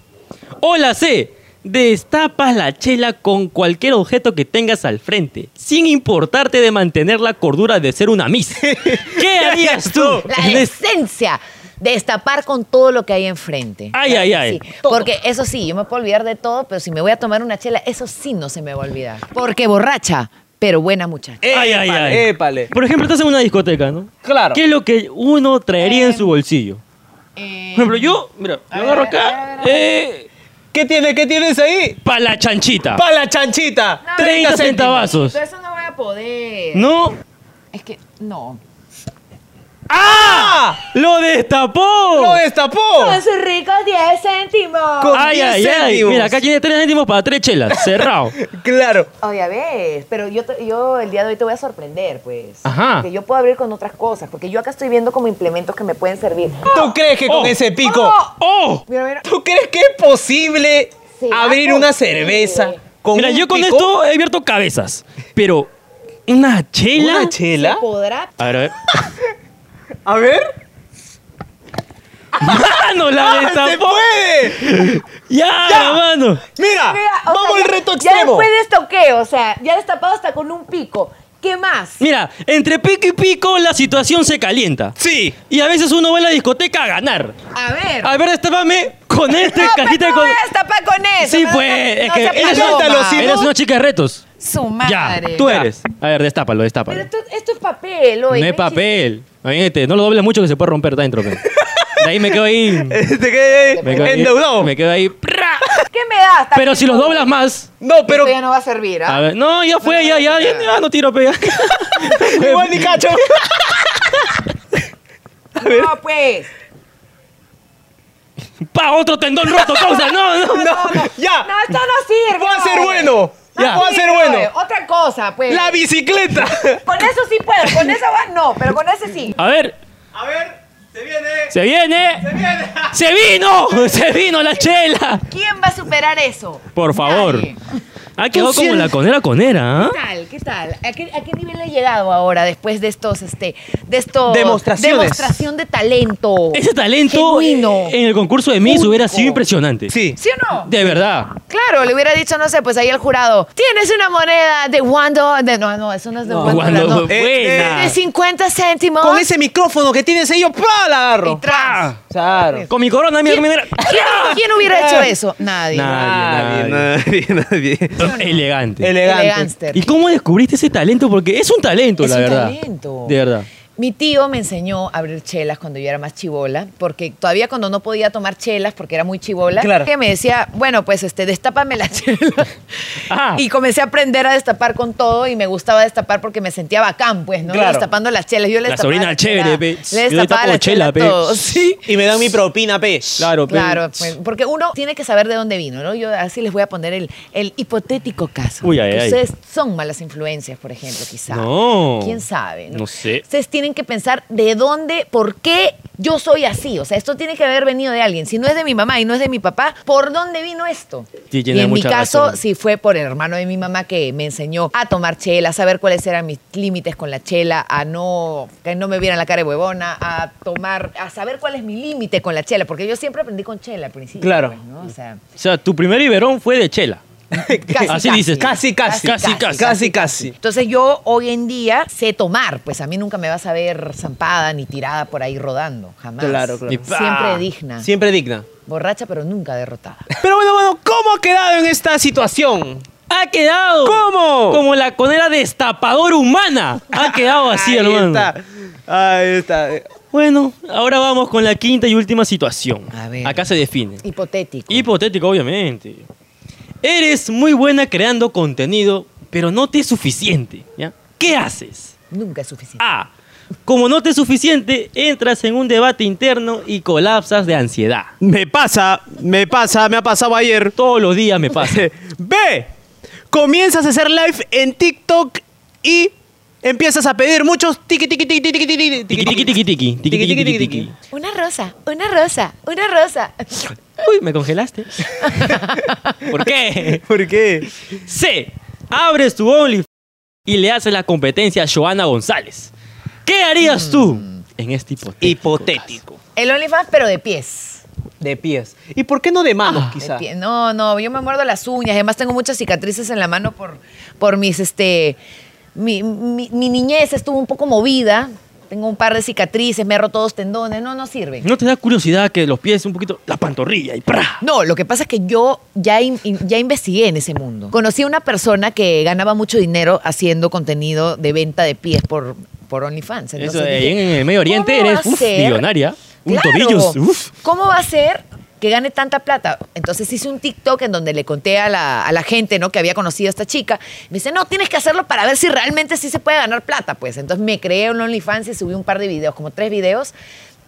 B: O la C. Destapas la chela con cualquier objeto que tengas al frente, sin importarte de mantener la cordura de ser una miss. ¿Qué harías tú?
C: La
B: en es-
C: decencia de destapar con todo lo que hay enfrente.
B: Ay, ay, ay.
C: Sí, porque eso sí, yo me puedo olvidar de todo, pero si me voy a tomar una chela, eso sí no se me va a olvidar. Porque borracha, pero buena muchacha.
B: Ay, ay,
A: Épale,
B: ay.
A: épale.
B: Por ejemplo, estás en una discoteca, ¿no?
A: Claro.
B: ¿Qué es lo que uno traería en su bolsillo? Por ejemplo, yo, mira,
C: Eh, a
B: yo
C: ver,
B: agarro
C: a ver, a ver,
B: acá. Eh,
A: ¿Qué tienes, qué tienes ahí?
B: pa' la chanchita.
A: Pa' la chanchita.
B: 30
A: centavos.
B: centavazos.
C: eso no voy a poder.
B: No.
C: Es que, no.
A: ¡Ah!
B: ¡Lo destapó!
A: ¡Lo destapó!
C: Con sus ricos 10 céntimos.
A: Con
B: ¡Ay,
A: 10
B: ay, ay!
A: céntimos.
B: Mira, acá tiene 3 céntimos para 3 chelas. Cerrado.
A: Claro.
C: Oye, a ver, Oh, pero yo, te- yo el día de hoy te voy a sorprender, pues.
B: Ajá.
C: Que yo puedo abrir con otras cosas, porque yo acá estoy viendo como implementos que me pueden servir.
A: ¿Tú crees que
B: Oh.
A: con ese pico?
C: Oh.
B: ¡Oh!
C: Mira, mira.
A: ¿Tú crees que es posible
C: ¿Será
A: abrir una
C: posible?
A: cerveza Con
B: Mira,
A: un
B: yo con
A: pico-
B: esto he abierto cabezas, pero una chela.
A: ¿Una chela?
C: ¿Se podrá?
B: A ver, a ver.
A: A ver.
B: ¡Mano, la
A: ¡Ah, se
B: destapó!
A: puede!
B: ¡Ya,
A: ¡Ya!
B: mano!
A: Mira,
C: Mira, o
A: vamos
C: sea,
A: al
C: ya-
A: reto
C: Ya
A: extremo.
C: después de esto, ¿qué? O sea, ya destapado hasta con un pico. ¿Qué más?
B: Mira, entre pico y pico la situación se calienta.
A: Sí.
B: Y a veces uno va a la discoteca a ganar.
C: A ver.
B: A ver, destapame con Ah, este
C: No,
B: cajita
C: pero
B: de
C: no
B: con...
C: voy a destapar con eso.
B: Sí,
C: no,
B: pues,
C: no,
B: es
C: no
B: que
C: sea
B: eres-
C: paloma.
A: suéltalo, si
B: Eres
A: no-
B: una chica de retos.
C: Su
B: Ya,
C: madre.
B: tú eres. A ver, destápalo, destápalo.
C: Pero esto, esto es papel, oye.
B: no es
C: existe-
B: papel. Imagínate, no lo dobles mucho que se puede romper dentro. pe. De ahí me quedo ahí.
A: Te quedé
B: Me quedo ahí-
A: Este, endeudado.
B: Me quedo ahí.
C: ¿Qué me das?
B: Pero si los doblas más.
A: No, pero
C: Pero ya no va a servir,
B: A
C: ¿ah?
B: ver, no, ya fue, ya, ya, ya, ya no tiro, pe, ya.
A: igual ni cacho.
C: No, pues.
B: Pa, otro tendón roto, causa. No, no, no.
C: No, no.
A: ya.
C: No, esto no sirve.
A: Va a ser
C: oye.
A: bueno.
C: No
A: Ya. Va a
C: sirve,
A: ser bueno.
C: oye. Otra cosa, pues.
A: La bicicleta.
C: Con eso sí puedo. Con esa va, no. Pero con ese sí.
B: A ver,
A: A ver, se viene.
B: se viene.
A: viene.
B: ¡Se vino! ¡Se vino la chela!
C: ¿Quién va a superar eso?
B: Por favor.
C: Nadie.
B: Ha quedado como
A: siento-
B: la conera conera, ¿ah?
C: ¿Qué tal? ¿Qué tal? ¿A qué, a qué nivel he llegado ahora después de estos, este, de estos
A: Demostraciones.
C: demostración de talento?
B: Ese talento
C: genuino.
B: eh, en el concurso de Miss
C: Único.
B: hubiera sido impresionante.
A: Sí.
C: ¿Sí o no?
B: De verdad.
C: Claro, le hubiera dicho, no sé, pues ahí el jurado, tienes una moneda de one dollar, de- no, no, eso no es de one
B: Cuando-
C: dollar, no.
B: buena. ah.
A: Eh,
C: de 50 céntimos.
A: Con ese micrófono que tienes ahí, yo pa, la
C: y
A: agarro.
C: tras.
A: Claro.
B: Con mi corona, mira, mira.
A: ¡Ah!
C: ¿Quién, quién hubiera hecho eso? Nadie.
B: Nah. Nadie,
A: nadie, nadie.
B: Elegante.
A: Elegante.
C: Elegánster.
B: ¿Y cómo descubriste ese talento? Porque es un talento,
C: Es
B: la
C: un
B: verdad.
C: talento.
B: De verdad.
C: Mi tío me enseñó a abrir chelas cuando yo era más chivola, porque todavía cuando no podía tomar chelas porque era muy chivola,
A: Claro.
C: que me decía, bueno, pues este, destápame la chela.
B: Ah.
C: Y comencé a aprender a destapar con todo y me gustaba destapar porque me sentía bacán, pues, ¿no?
A: Claro.
C: Destapando las chelas. Yo le
B: La
C: destapaba
B: sobrina
C: la
B: chévere,
C: chela.
B: pe. Yo
C: Le
B: le
C: destapaba
B: tapo chela,
C: la chela,
B: pe.
C: a todos, sí.
A: Y me dan mi propina, pe.
B: Claro, pero-
C: Claro, pues, porque uno tiene que saber de dónde vino, ¿no? Yo así les voy a poner el, el hipotético caso.
B: Uy, ay,
C: Que
B: ay.
C: Ustedes son malas influencias, por ejemplo, quizá.
B: No.
C: ¿Quién sabe?
B: No sé.
C: Ustedes tienen que pensar de dónde, por qué yo soy así. O sea, esto tiene que haber venido de alguien. Si no es de mi mamá y no es de mi papá, ¿por dónde vino esto?
B: Sí,
C: y
B: tiene
C: en mi
B: mucha
C: caso,
B: razón.
C: sí fue por el hermano de mi mamá que me enseñó a tomar chela, a saber cuáles eran mis límites con la chela, a no que no me vieran la cara de huevona, a tomar, a saber cuál es mi límite con la chela, porque yo siempre aprendí con chela al principio.
A: Claro.
C: pues, ¿no? O sea,
B: O sea, tu primer Iberón fue de chela.
C: casi,
B: Así dices.
A: Casi, casi.
B: Casi, casi.
A: Casi, casi.
C: Entonces yo hoy en día sé tomar, pues a mí nunca me vas a ver zampada ni tirada por ahí rodando, jamás.
A: Claro, claro.
B: Y pa.
C: Siempre digna,
A: Siempre digna.
C: borracha pero nunca derrotada.
A: Pero bueno, bueno, ¿cómo ha quedado en esta situación?
B: ¡Ha quedado!
A: ¿Cómo?
B: Como la conera destapadora humana. Ha quedado así,
A: Ahí
B: Oh, hermano.
A: está. Ahí está.
B: Bueno, ahora vamos con la quinta y última situación.
C: A ver.
B: Acá se define.
C: Hipotético.
B: Hipotético, obviamente. Eres muy buena creando contenido, pero no te es suficiente. ¿ya? ¿Qué haces?
C: nunca es suficiente.
B: A. Como no te es suficiente, entras en un debate interno y colapsas de ansiedad.
A: Me pasa, me pasa, me ha pasado ayer.
B: Todos los días me pasa.
A: B. Comienzas a hacer live en TikTok y empiezas a pedir muchos tiki tiki tiki tiki tiki tiki
B: Tiki, tiki, tiki, tiki, tiki, tiki, tiki, tiki.
A: Ah.
C: Una rosa, una rosa, una rosa.
B: Uy, me congelaste. ¿Por qué?
A: ¿Por qué?
B: C. Abres tu OnlyFans y le haces la competencia a Joana González. ¿Qué harías tú
C: Mm.
B: en este hipotético?
A: Hipotético.
C: El OnlyFans, pero de pies.
A: De pies. ¿Y por qué no de manos,
C: De
A: quizá?
C: pie- No, no, yo me muerdo las uñas. Además, tengo muchas cicatrices en la mano por, por mis, este. Mi, mi- mi niñez estuvo un poco movida. Tengo un par de cicatrices, me he roto dos tendones. No, no sirve.
B: ¿No te da curiosidad que los pies un poquito la pantorrilla y ¡pra!
C: No, lo que pasa es que yo ya, in- in- ya investigué en ese mundo. Conocí a una persona que ganaba mucho dinero haciendo contenido de venta de pies por, por OnlyFans.
B: Eso
C: Entonces
B: de ahí
C: dije,
B: en el Medio Oriente
C: ¿cómo va
B: eres
C: a
B: uf,
C: ser?
B: millonaria. Un
C: Claro.
B: tobillos, uf.
C: ¿Cómo va a ser que gane tanta plata? Entonces hice un TikTok en donde le conté a la, a la gente ¿no? que había conocido a esta chica. Me dice, no, tienes que hacerlo para ver si realmente sí se puede ganar plata. Pues entonces me creé un OnlyFans y subí un par de videos, como tres videos.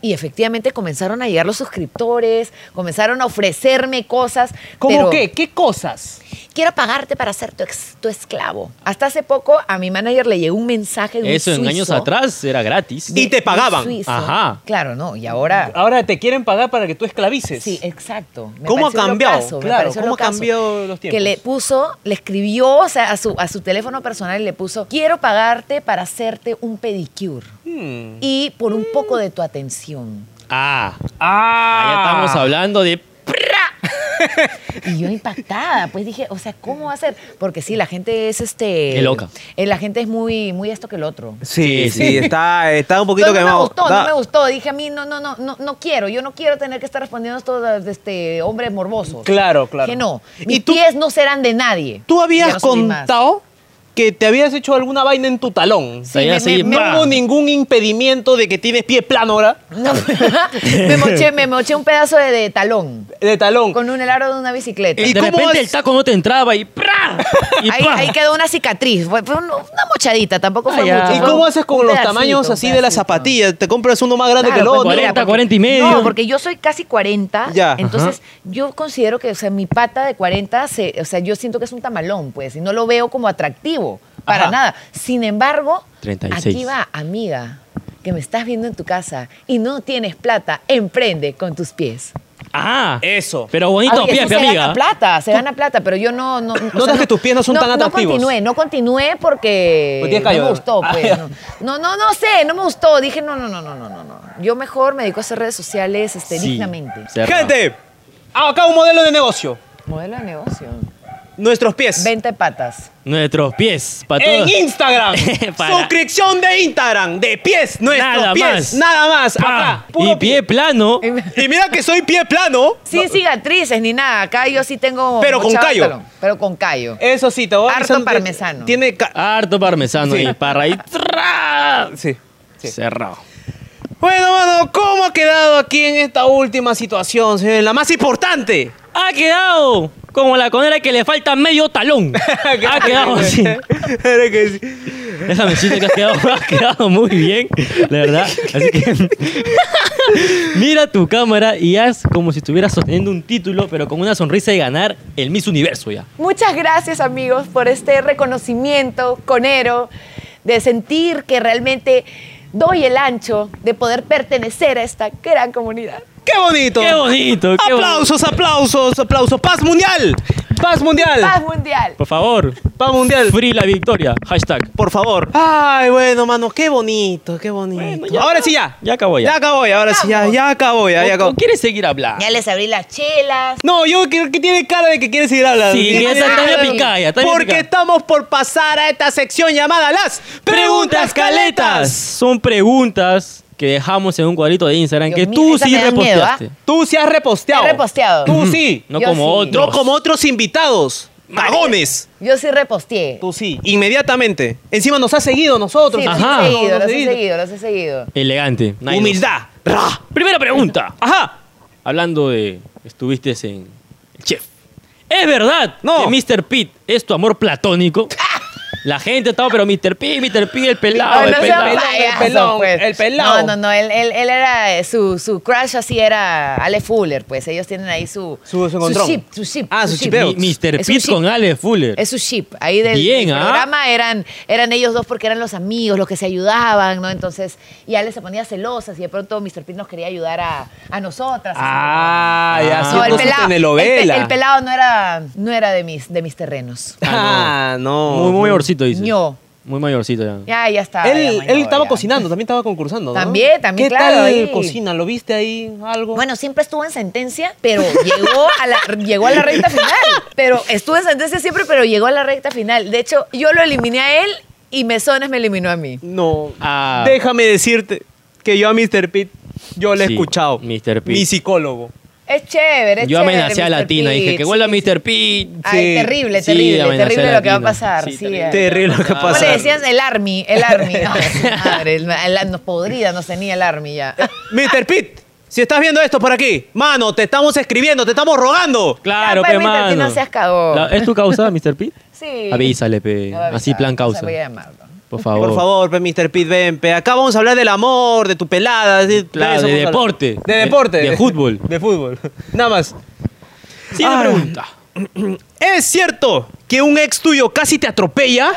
C: Y efectivamente comenzaron a llegar los suscriptores, comenzaron a ofrecerme cosas.
A: ¿Cómo
C: pero-
A: qué? ¿Qué cosas?
C: quiero pagarte para ser tu, ex- tu esclavo. Hasta hace poco a mi manager le llegó un mensaje de un
B: Eso en
C: suizo.
B: años atrás era gratis.
A: Y- te
C: un
A: pagaban.
C: suizo.
B: Ajá.
C: Claro, no, y ahora...
A: Ahora te quieren pagar para que tú esclavices.
C: Ah. Sí, exacto. Me
A: ¿Cómo ha
C: pareció
A: cambiado?
C: locazo, me
A: Claro,
C: pareció
A: ¿cómo ha
C: locazo.
A: cambiado los tiempos?
C: Que le puso, le escribió o sea, a, su, a su teléfono personal y le puso, quiero pagarte para hacerte un pedicure
A: Hmm.
C: y por un poco de tu atención.
B: Ah,
A: Ah,
B: ya estamos hablando de.
C: Y yo impactada, pues dije, o sea, ¿cómo va a ser? Porque sí, la gente es este...
B: Qué loca.
C: eh, La gente es muy, muy esto que el otro.
A: Sí, sí,
B: Sí, sí.
A: está, está un poquito
C: Pero no me
A: quemado.
C: gustó,
A: Da-
C: no me gustó. Dije a mí, no, no, no, no, no quiero. Yo no quiero tener que estar respondiendo a estos este, hombres morbosos.
A: Claro, claro.
C: Que no.
A: ¿Y
C: Mis
A: tú-
C: pies no serán de nadie.
A: Tú habías
C: Ya no subí más.
A: contado que te habías hecho alguna vaina en tu talón.
B: Ahí
C: me-
B: así,
C: me- me-
B: ¡pa!
A: No hubo ningún impedimiento de que tienes pie plano ahora.
C: No, me, moché, me moché un pedazo de, de talón
A: De talón.
C: con un helado de una bicicleta.
A: ¿Y
B: de
A: cómo
B: repente
A: es?
B: el taco no te entraba y. ¡pra! Y
C: Ahí,
B: ¡pa!
C: ahí quedó una cicatriz. Fue, fue un- una mochadita, tampoco fue
B: Ah, ya.
C: mucho.
A: ¿Y
C: fue
A: cómo
C: un-
A: haces con
C: un
A: los
C: pedacito,
A: tamaños
C: un
A: así de las
C: pedacito.
A: zapatillas? ¿Te compras uno más grande
C: Claro,
A: que el
C: pues,
A: otro?
C: mira,
B: 40,
C: porque-
B: 40 y medio.
C: No, porque yo soy casi 40.
A: Ya.
C: Entonces, yo considero que, o sea, mi pata de 40, se- o sea, yo siento que es un tamalón, pues, y no lo veo como atractivo para
A: Ajá.
C: nada. Sin embargo,
B: 36.
C: aquí va, amiga, que me estás viendo en tu casa y no tienes plata, emprende con tus pies.
B: Ah,
A: Eso.
B: pero bonito,
C: Ay, eso
B: pie,
C: se
B: pie, amiga.
C: gana plata, se gana plata, pero yo no... no
A: Notas que tus pies no son tan atractivos.
C: No continué, no continué porque
A: Pues tienes
C: no me
A: callo.
C: gustó.
A: Ah,
C: Pues,
A: ya.
C: no. no, no, no sé, no me gustó. Dije, no, no, no, no, no, no. no. Yo mejor me dedico a hacer redes sociales este,
B: Sí,
C: dignamente.
B: cerrado.
A: Gente, acá un modelo de negocio.
C: Modelo de negocio.
A: Nuestros pies.
C: Venta de patas.
B: Nuestros pies. Para
A: En
B: todos.
A: Instagram.
B: Para-
A: Suscripción de Instagram. De pies. Nuestros
B: Nada
A: pies.
B: más.
A: Nada más.
B: ¡pa!
A: Acá. Puro
B: y pie plano.
A: Y mira que soy pie plano.
C: Sin cicatrices ni nada. Acá yo sí tengo...
A: Pero con
C: mochado
A: callo.
C: el talón, Pero con callo.
A: Eso sí, te voy
C: Harto
A: avisando que
C: parmesano.
A: Tiene. ca-
B: Harto parmesano
A: Sí.
B: y para ahí. ¡tra!
A: Sí. sí.
B: Cerrado.
A: Bueno, mano, ¿cómo ha quedado aquí en esta última situación, señores? La más importante.
B: Ha quedado como la conera que le falta medio talón. ha quedado Ah, así.
A: Era que sí.
B: Déjame decirte que has quedado, has quedado muy bien, la verdad. Así que mira tu cámara y haz como si estuvieras sosteniendo un título, pero con una sonrisa de ganar el Miss Universo ya.
C: Muchas gracias amigos por este reconocimiento conero, de sentir que realmente doy el ancho, de poder pertenecer a esta gran comunidad.
A: ¡Qué bonito!
B: Qué bonito, qué bonito.
A: aplausos, aplausos, aplausos. Paz mundial. Paz mundial.
C: Paz mundial.
B: Por favor,
A: Paz mundial.
B: free la victoria. Hashtag.
A: Por favor. Ay, bueno, mano, qué bonito, qué bonito.
B: ya
A: ahora
B: acabó.
A: sí ya.
B: Ya acabó ya.
A: Ya acabó ya, ahora sí ya, ya acabó ya, ya
B: ¿O-
A: acabó.
B: o quieres seguir hablando?
C: Ya les abrí las chelas.
A: No, yo creo que tiene cara de que quiere seguir hablando.
B: Sí,
A: Tiene
B: esa está
A: cara
B: bien
A: de-
B: picada ya, está bien
A: Porque
B: picada.
A: estamos por pasar a esta sección llamada las preguntas caletas.
B: Son preguntas que dejamos en un cuadrito de Instagram
C: Dios
B: que
C: mío,
B: tú
C: esas
B: sí
C: me dan miedo, ¿ah?
B: reposteaste.
A: Tú sí has reposteado.
C: He reposteado.
A: Tú sí.
B: No
C: Yo
B: como
C: sí.
B: otros.
A: No como otros invitados. Magones.
C: Yo sí reposteé.
A: Tú sí. Inmediatamente. Encima nos ha seguido nosotros.
C: Sí, los
B: Ajá.
C: he seguido,
A: Nos
C: los
A: ha
C: he
A: seguido.
C: seguido, los he seguido.
B: Elegante. Nadie
A: Humildad. Ra.
B: nos- Primera pregunta.
A: Ajá.
B: Hablando de. Estuviste en. El chef. ¿Es verdad
A: No.
B: que Mr. Pete es tu amor platónico? La gente estaba, pero Mr. Pete, Mr. Pete, el pelado,
C: Ay,
B: el
C: no sea
B: pelado.
A: pelado, Ah, el
C: payaso,
A: pelón,
C: pues.
A: el pelado.
C: No, no, no, él, él- él era, eh, su, su crush así era Ale Fuller, pues ellos tienen ahí su...
A: Su- su encontrón.
C: ship, su ship.
A: Ah, su
C: ship.
A: chipeo.
B: Mi- Mr.
C: Es un
B: Pete
C: chip.
B: con Ale Fuller.
C: Es su ship. Ahí del,
B: Bien,
C: del
B: ¿ah?
C: programa eran, eran ellos dos porque eran los amigos, los que se ayudaban, ¿no? Entonces, y Ale se ponía celosa y de pronto Mr. Pete nos quería ayudar a, a nosotras.
A: Ah, ya
B: Ah.
C: No,
A: haciendo
C: el
A: su
C: pelado, el, pe-
A: telenovela.
C: el pelado no era, no era de, mis, de mis terrenos.
B: Ah,
A: Ah, no.
B: Muy, muy mayorcito, dice.
C: Ño.
B: Muy mayorcito ya.
C: Ya, ya está.
A: Él,
C: ya,
A: él
C: mañana,
A: estaba
C: ya.
A: cocinando, también estaba concursando. ¿no?
C: También, también,
A: ¿Qué
C: claro,
A: Tal
C: ahí.
A: cocina? ¿Lo viste ahí algo?
C: Bueno, siempre estuvo en sentencia, pero llegó a la, llegó a la recta final. Pero estuvo en sentencia siempre, pero llegó a la recta final. De hecho, yo lo eliminé a él y Mesones me eliminó a mí.
A: no.
B: Ah.
A: Déjame decirte que yo a Mr. Pitt, yo le he
B: Sí,
A: escuchado.
B: Mr. Pitt.
A: Mi psicólogo.
C: Es chévere, es
B: Yo
C: chévere.
B: amenacé a
C: Mr.
B: Latina, dije
C: Pete,
B: que
C: sí,
B: vuelva
C: sí, Ah,
B: Mr. Pete.
C: Ay,
A: Sí.
C: terrible,
B: Sí,
C: terrible,
B: amenacé
C: terrible
B: a
C: lo que va a
B: Latina.
C: pasar. Sí, eh.
A: Terrible lo que
C: ¿Cómo
A: pasa.
C: le decías? El Army, el Army. Ay, su madre, el- el- nos podrida, nos tenía el Army ya.
A: Mr. Pitt, si estás viendo esto por aquí, mano, te estamos escribiendo, te estamos rogando.
B: Claro,
C: Ya,
B: pe,
C: pues, Mr. Pete,
B: mano.
C: no seas cagón.
B: La- ¿Es tu causa, Mr. Pete?
C: Sí.
B: Avísale, pe.
C: No va a
B: Así
C: avisar,
B: plan
C: o sea,
B: causa.
C: voy a llamarlo.
B: Por favor.
A: Por favor, pe, Mr. Pete, ven, pe. Acá vamos a hablar del amor, de tu pelada. De,
B: Claro,
A: eso
B: de
A: vamos a hablar.
B: deporte.
A: De
B: De-
A: deporte.
B: de fútbol.
A: De fútbol. Nada más.
B: Siguiente
A: Ah.
B: pregunta.
A: ¿Es cierto que un ex tuyo casi te atropella?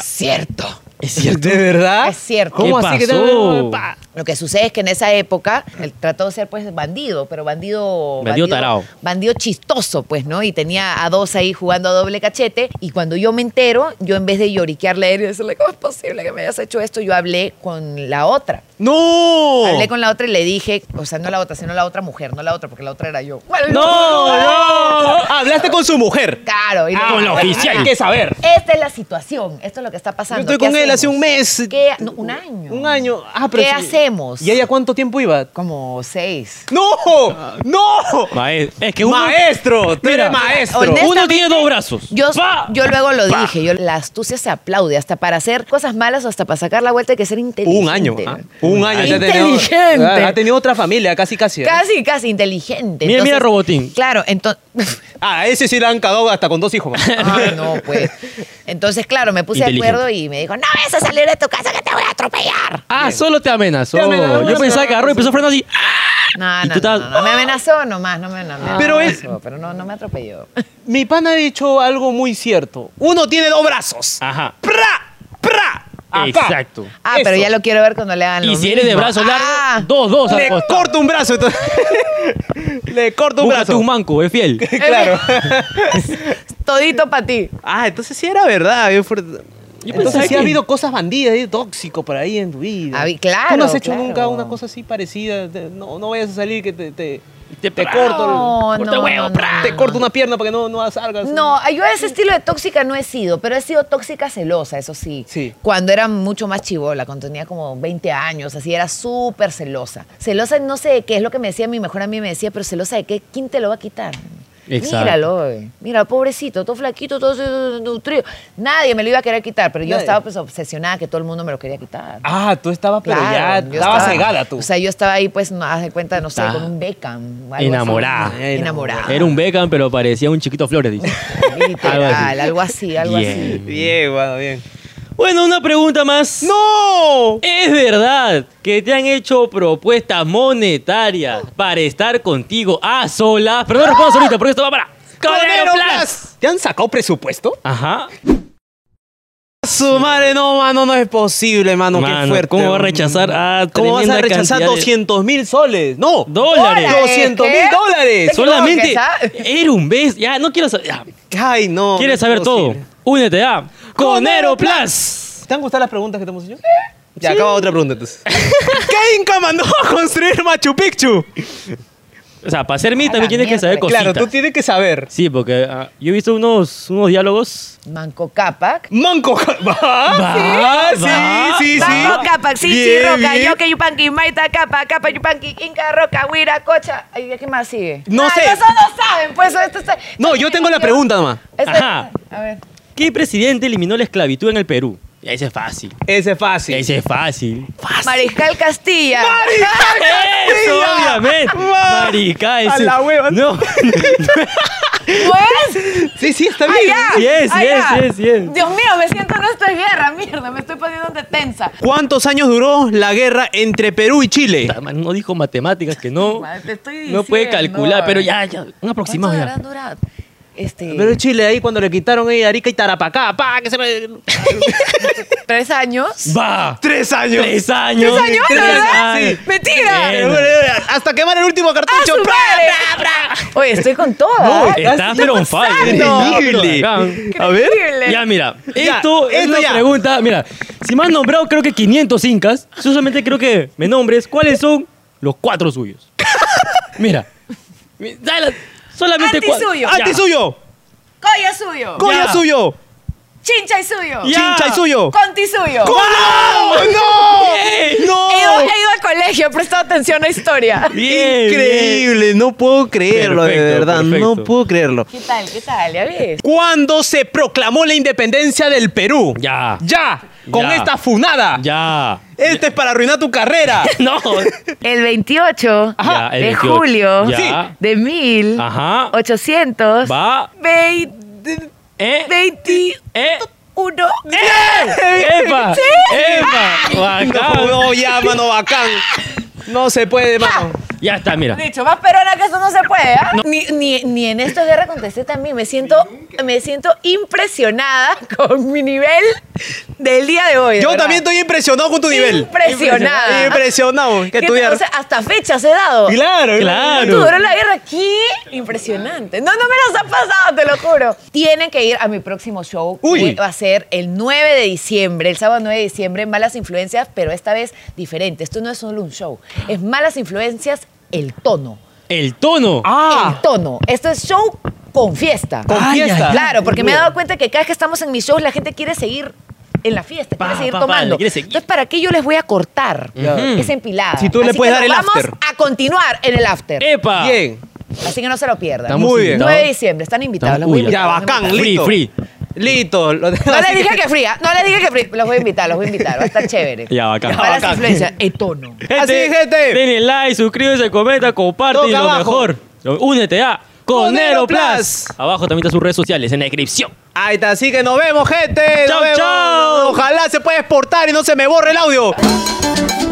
C: Es cierto.
B: Es cierto.
A: ¿De verdad?
C: Es cierto.
A: ¿Cómo
B: ¿Qué
A: así que
B: pasó?
A: te... pa?
C: Lo que sucede es que en esa época él trató de ser pues bandido, pero bandido...
B: Bandido tarao.
C: Bandido chistoso, pues, ¿no? Y tenía a dos ahí jugando a doble cachete. Y cuando yo me entero, yo en vez de lloriquearle a él y decirle, ¿cómo es posible que me hayas hecho esto? Yo hablé con la otra.
A: ¡No!
C: Hablé con la otra y le dije, o sea, no la otra, sino la otra mujer, no la otra, porque la otra era yo.
A: ¡No, Ah, no! Hablaste con su mujer.
C: Claro. Y le
B: Ah, con
C: dije,
B: la
C: "Bueno,
B: oficial.
A: Hay que saber.
C: Esta es la situación, esto es lo que está pasando.
A: Yo estoy
C: ¿qué
A: con él hace
C: hacemos?
A: un mes.
C: ¿Qué ha- no, un año.
A: Un año. Ah, pero
C: ¿Qué
A: sí.
C: hacemos?
A: ¿Y ella cuánto tiempo iba?
C: Como seis.
A: ¡No! ¡No!
B: Maes- es que uno,
A: maestro, tú eres
B: Mira,
A: maestro.
C: honesta-
B: uno tiene dos brazos.
C: Yo,
B: Pa.
C: yo luego lo dije, yo, la astucia se aplaude, hasta para hacer cosas malas o hasta para sacar la vuelta hay que ser inteligente.
A: Un año. ¿ah? Un año. ya ha tenido-
C: Inteligente.
A: Ah, Ha tenido otra familia, casi, casi. ¿eh?
C: Casi, casi inteligente.
B: Mira, mira, Robotín.
C: Claro, entonces...
A: Ah, ese sí la han cagado hasta con dos hijos. más.
C: Ah, no, pues. Entonces, claro, me puse de
B: Inteligente.
C: acuerdo y me dijo, no vas a salir de tu casa que te voy a atropellar.
B: Ah, solo te amenazó.
A: Te amenazó,
B: yo pensaba que agarró y empezó a frenar así.
C: No,
B: Y
C: no,
B: tú estabas-
C: no, no, me amenazó nomás, no me, no me
A: Pero él-
C: amenazó, pero no, no me atropelló.
A: Mi pana ha dicho algo muy cierto. Uno tiene dos brazos.
B: Ajá.
A: ¡Pra! ¡Pra! Acá.
B: Exacto.
C: Ah, pero
A: Eso.
C: ya lo quiero ver cuando le hagan lo
B: Y si eres de
C: mismo.
B: brazo largo,
C: Ah,
B: dos, dos al
A: Le
B: costado.
A: corto un brazo. entonces. Le corto un
B: Búscate
A: brazo.
B: un manco, es fiel.
A: claro.
C: Todito para ti.
A: ah, entonces sí era verdad. Yo fue- entonces
B: pensaba
A: sí
B: que-
A: ha habido cosas bandidas y tóxico por ahí en tu vida.
C: Habi- claro,
A: ¿Tú no has hecho
C: claro.
A: nunca una cosa así parecida? Te- No, no vayas a salir que te, te,
B: Te-
A: te corto.
C: No,
B: Corta
C: no,
B: huevo,
C: no,
B: pra.
C: no,
A: Te
C: no.
A: corto una pierna para que no, no salgas.
C: No, yo ese estilo de tóxica no he sido, pero he sido tóxica celosa, eso sí.
A: Sí.
C: Cuando era mucho más chivola, cuando tenía como 20 años, así era súper celosa. Celosa no sé de qué es lo que me decía mi mejor amiga, me decía, pero celosa de qué, ¿quién te lo va a quitar?
B: Exacto.
C: Míralo, eh. mira, pobrecito, todo flaquito, todo eh, nutrido. Nadie me lo iba a querer quitar, pero yo
A: Nadie.
C: estaba pues obsesionada que todo el mundo me lo quería quitar.
A: Ah, tú estabas, pero
C: Claro,
A: ya
C: yo
A: estaba cegada tú.
C: O sea, yo estaba ahí, pues, no, haz de cuenta, no sé,
B: Está
C: con un Beckham. o algo así.
B: enamorada.
C: Enamorada.
B: Era un Beckham, pero parecía un chiquito Flores, dice. Algo así.
C: Literal, algo así, algo así.
B: Bien.
A: bien, bueno, bien.
B: Bueno, una pregunta más.
A: ¡No!
B: Es verdad que te han hecho propuestas monetarias para estar contigo a solas. Pero no respondas ahorita porque esto va para Codero Plus.
A: ¿Te han sacado presupuesto?
B: Ajá.
A: Su madre, no, mano, no es posible, mano, qué
B: Mano,
A: fuerte.
B: ¿cómo va a rechazar a
A: ¿Cómo vas a
B: tremenda
A: rechazar
B: cantidad de-
A: 200 mil soles? No,
B: Dólares.
A: 200 mil
C: ¿Qué?
A: dólares.
C: Te- ah?
B: Solamente
C: No, que
B: era un beso. Ya, no quiero saber. ya.
A: Ay, no. no
B: ¿Quieres
A: es
B: saber todo?
A: posible.
B: Únete a
A: Conero
B: Conero Plus.
A: ¿Te han gustado las preguntas que te hemos hecho? Ya, acaba otra pregunta entonces. ¿Qué Inca mandó a construir Machu Picchu?
B: O sea, para ser mí
C: la
B: también tienes que saber
C: miércoles.
B: cositas.
A: Claro, tú tienes que saber.
B: Sí, porque ah, yo he visto unos, unos diálogos.
C: Manco Capac.
A: Manco. Va, sí,
B: va,
A: sí, sí,
C: Manco Capac, sí, sí,
A: Bien,
C: roca,
A: bien.
C: yo que yupanqui, maita, capa, capa, yupanqui, inca, roca, huira, cocha. Ay, ¿Qué más sigue?
A: No
C: Ah,
A: sé.
C: Eso no saben, pues. Esto está,
A: No, yo tengo la pregunta nomás.
C: Esto-
B: Ajá.
C: A ver.
B: ¿Qué presidente eliminó la esclavitud en el Perú? Ya, Ese es fácil.
A: Ese es fácil.
B: Ese es fácil.
C: Mariscal Castilla.
B: Eso,
A: Castilla.
B: obviamente.
A: Ma-
B: Marica,
A: a
B: ese.
A: la hueva.
B: No.
C: Pues.
A: Sí, sí, está bien.
C: Allá.
B: Yes, yes,
C: allá.
B: yes, yes.
C: Dios mío, me siento en esta guerra, mierda. Me estoy poniendo de tensa.
A: ¿Cuántos años duró la guerra entre Perú y Chile?
B: Puta, man, No dijo matemáticas que no.
C: Te estoy
B: No puede
C: diciendo. eh.
B: calcular, pero ya, ya. Un aproximado
C: ¿Cuánto
B: ya.
C: habrán durado? Este,
A: Perú y Chile, ahí cuando le quitaron ahí Arica y Tarapacá, pa, que se me...
C: ¿Tres años?
B: ¡Va!
A: ¡Tres años!
B: ¡Tres años!
C: ¿Tres años,
B: ¡Tres
C: verdad?
B: años!
C: Sí. ¡Mentira!
B: Bien.
A: Bueno, eh, Hasta quemar el último cartucho.
C: Ah, su
A: ¡Pra,
C: madre!
A: pra, pra!
C: Oye, estoy con todo. ¿ah?
B: Está pero on fire.
A: pasando.
B: Increíble.
A: A ver.
C: Increíble.
B: Ya, mira,
A: Ya,
B: esto es
A: esto
B: una
A: ya.
B: pregunta. Mira, si me han nombrado, creo que 500 incas. Yo solamente creo que me nombres cuáles son los cuatro suyos. Mira, mi- dale, solamente
C: Anti
B: cuatro.
C: suyo.
B: Ya.
A: ¡Ante suyo!
C: Coya es suyo.
A: ¡Coya
B: Ya.
A: suyo!
C: Chincha es suyo.
B: Ya.
A: ¡Chincha es suyo!
C: Conti es suyo.
A: ¡No! ¡No!
C: He ido,
A: ¡No!
C: he ido al colegio, he prestado atención a historia.
B: Eh, Bien, bien.
A: Increíble, no puedo creerlo, de
B: Perfecto,
A: verdad,
B: perfecto.
A: no puedo creerlo.
C: ¿Qué tal? ¿Qué tal? ¿Ya ves?
A: ¿Cuándo se proclamó la independencia del Perú?
B: Ya.
A: Ya, con
B: Ya.
A: esta funada.
B: Ya.
A: Este es para arruinar tu carrera.
B: No.
C: El 28
B: Ajá. Ya, el
C: de
B: 28.
C: julio
B: Ya.
C: de 1800.
B: Ajá. Va.
C: vein-
B: Eh.
C: veinti-
B: Eh.
C: uno.
B: ¡Epa! ¡Epa! Bacán.
A: No, no, ya, mano, bacán. No se puede, mano.
B: Ya está, mira.
C: Dicho, más perona que eso no se puede, ¿ah? Ni, ni- ni en esta guerra contesté también. Me siento, me siento impresionada con mi nivel del día de hoy. de
A: Yo
C: verdad.
A: también estoy impresionado con tu nivel.
C: Impresionada.
A: Impresionado. Que
C: ¿Qué te-
A: estudiar.
C: o sea, hasta fechas he dado.
A: Claro,
B: Claro.
C: ¿Cuánto duró la guerra? ¿Qué? Impresionante. No, no me los ha pasado, te lo juro. Tienen que ir a mi próximo show.
A: Uy.
C: que Va a ser el 9 de diciembre, el sábado 9 de diciembre, en Malas Influencias, pero esta vez diferente. Esto no es solo un show. Es Malas Influencias, el tono.
B: El tono.
A: Ah,
C: El tono. Esto es show con fiesta.
A: con
B: Ay,
A: fiesta.
B: ay,
C: Claro, porque me he dado cuenta que cada vez que estamos en mis shows, la gente quiere seguir en la fiesta,
B: Pa,
C: quiere seguir
B: pa, pa,
C: tomando.
B: le quiere seguir.
C: Entonces, ¿para qué yo les voy a cortar esa empilada?
A: Si tú le
C: Así
A: puedes
C: que
A: dar
C: nos
A: el
C: vamos
A: after.
C: a continuar en el after.
B: ¡Epa!
A: Bien.
C: Así que no se lo pierdan.
B: Eh. Estamos
A: Muy bien.
C: 9 de
B: invitados.
C: diciembre, están invitados.
B: Estamos-
C: los voy
B: Uy,
C: a
A: Ya,
C: invitar, los voy a
A: bacán,
C: invitar.
B: Free,
A: listo.
B: free.
A: Listo. Lo dejo
C: No
A: así
C: les dije
A: que-
C: que fría, no les dije que fría. Los voy a invitar, los voy a invitar, va a estar chévere.
B: Ya, bacán.
C: Para
A: Bacán.
C: las influencias, el tono.
A: Así, gente.
B: Denle like, suscríbete, comenta, comparte
A: Toca
B: y lo
A: abajo.
B: mejor. lo- Únete a Conero
A: Conero
B: Plus.
A: Plus.
B: Abajo también están sus redes sociales en la descripción.
A: Ahí está, así que nos vemos, gente. Nos
B: Chau,
A: vemos.
B: chau.
A: Ojalá se pueda exportar y no se me borre el audio.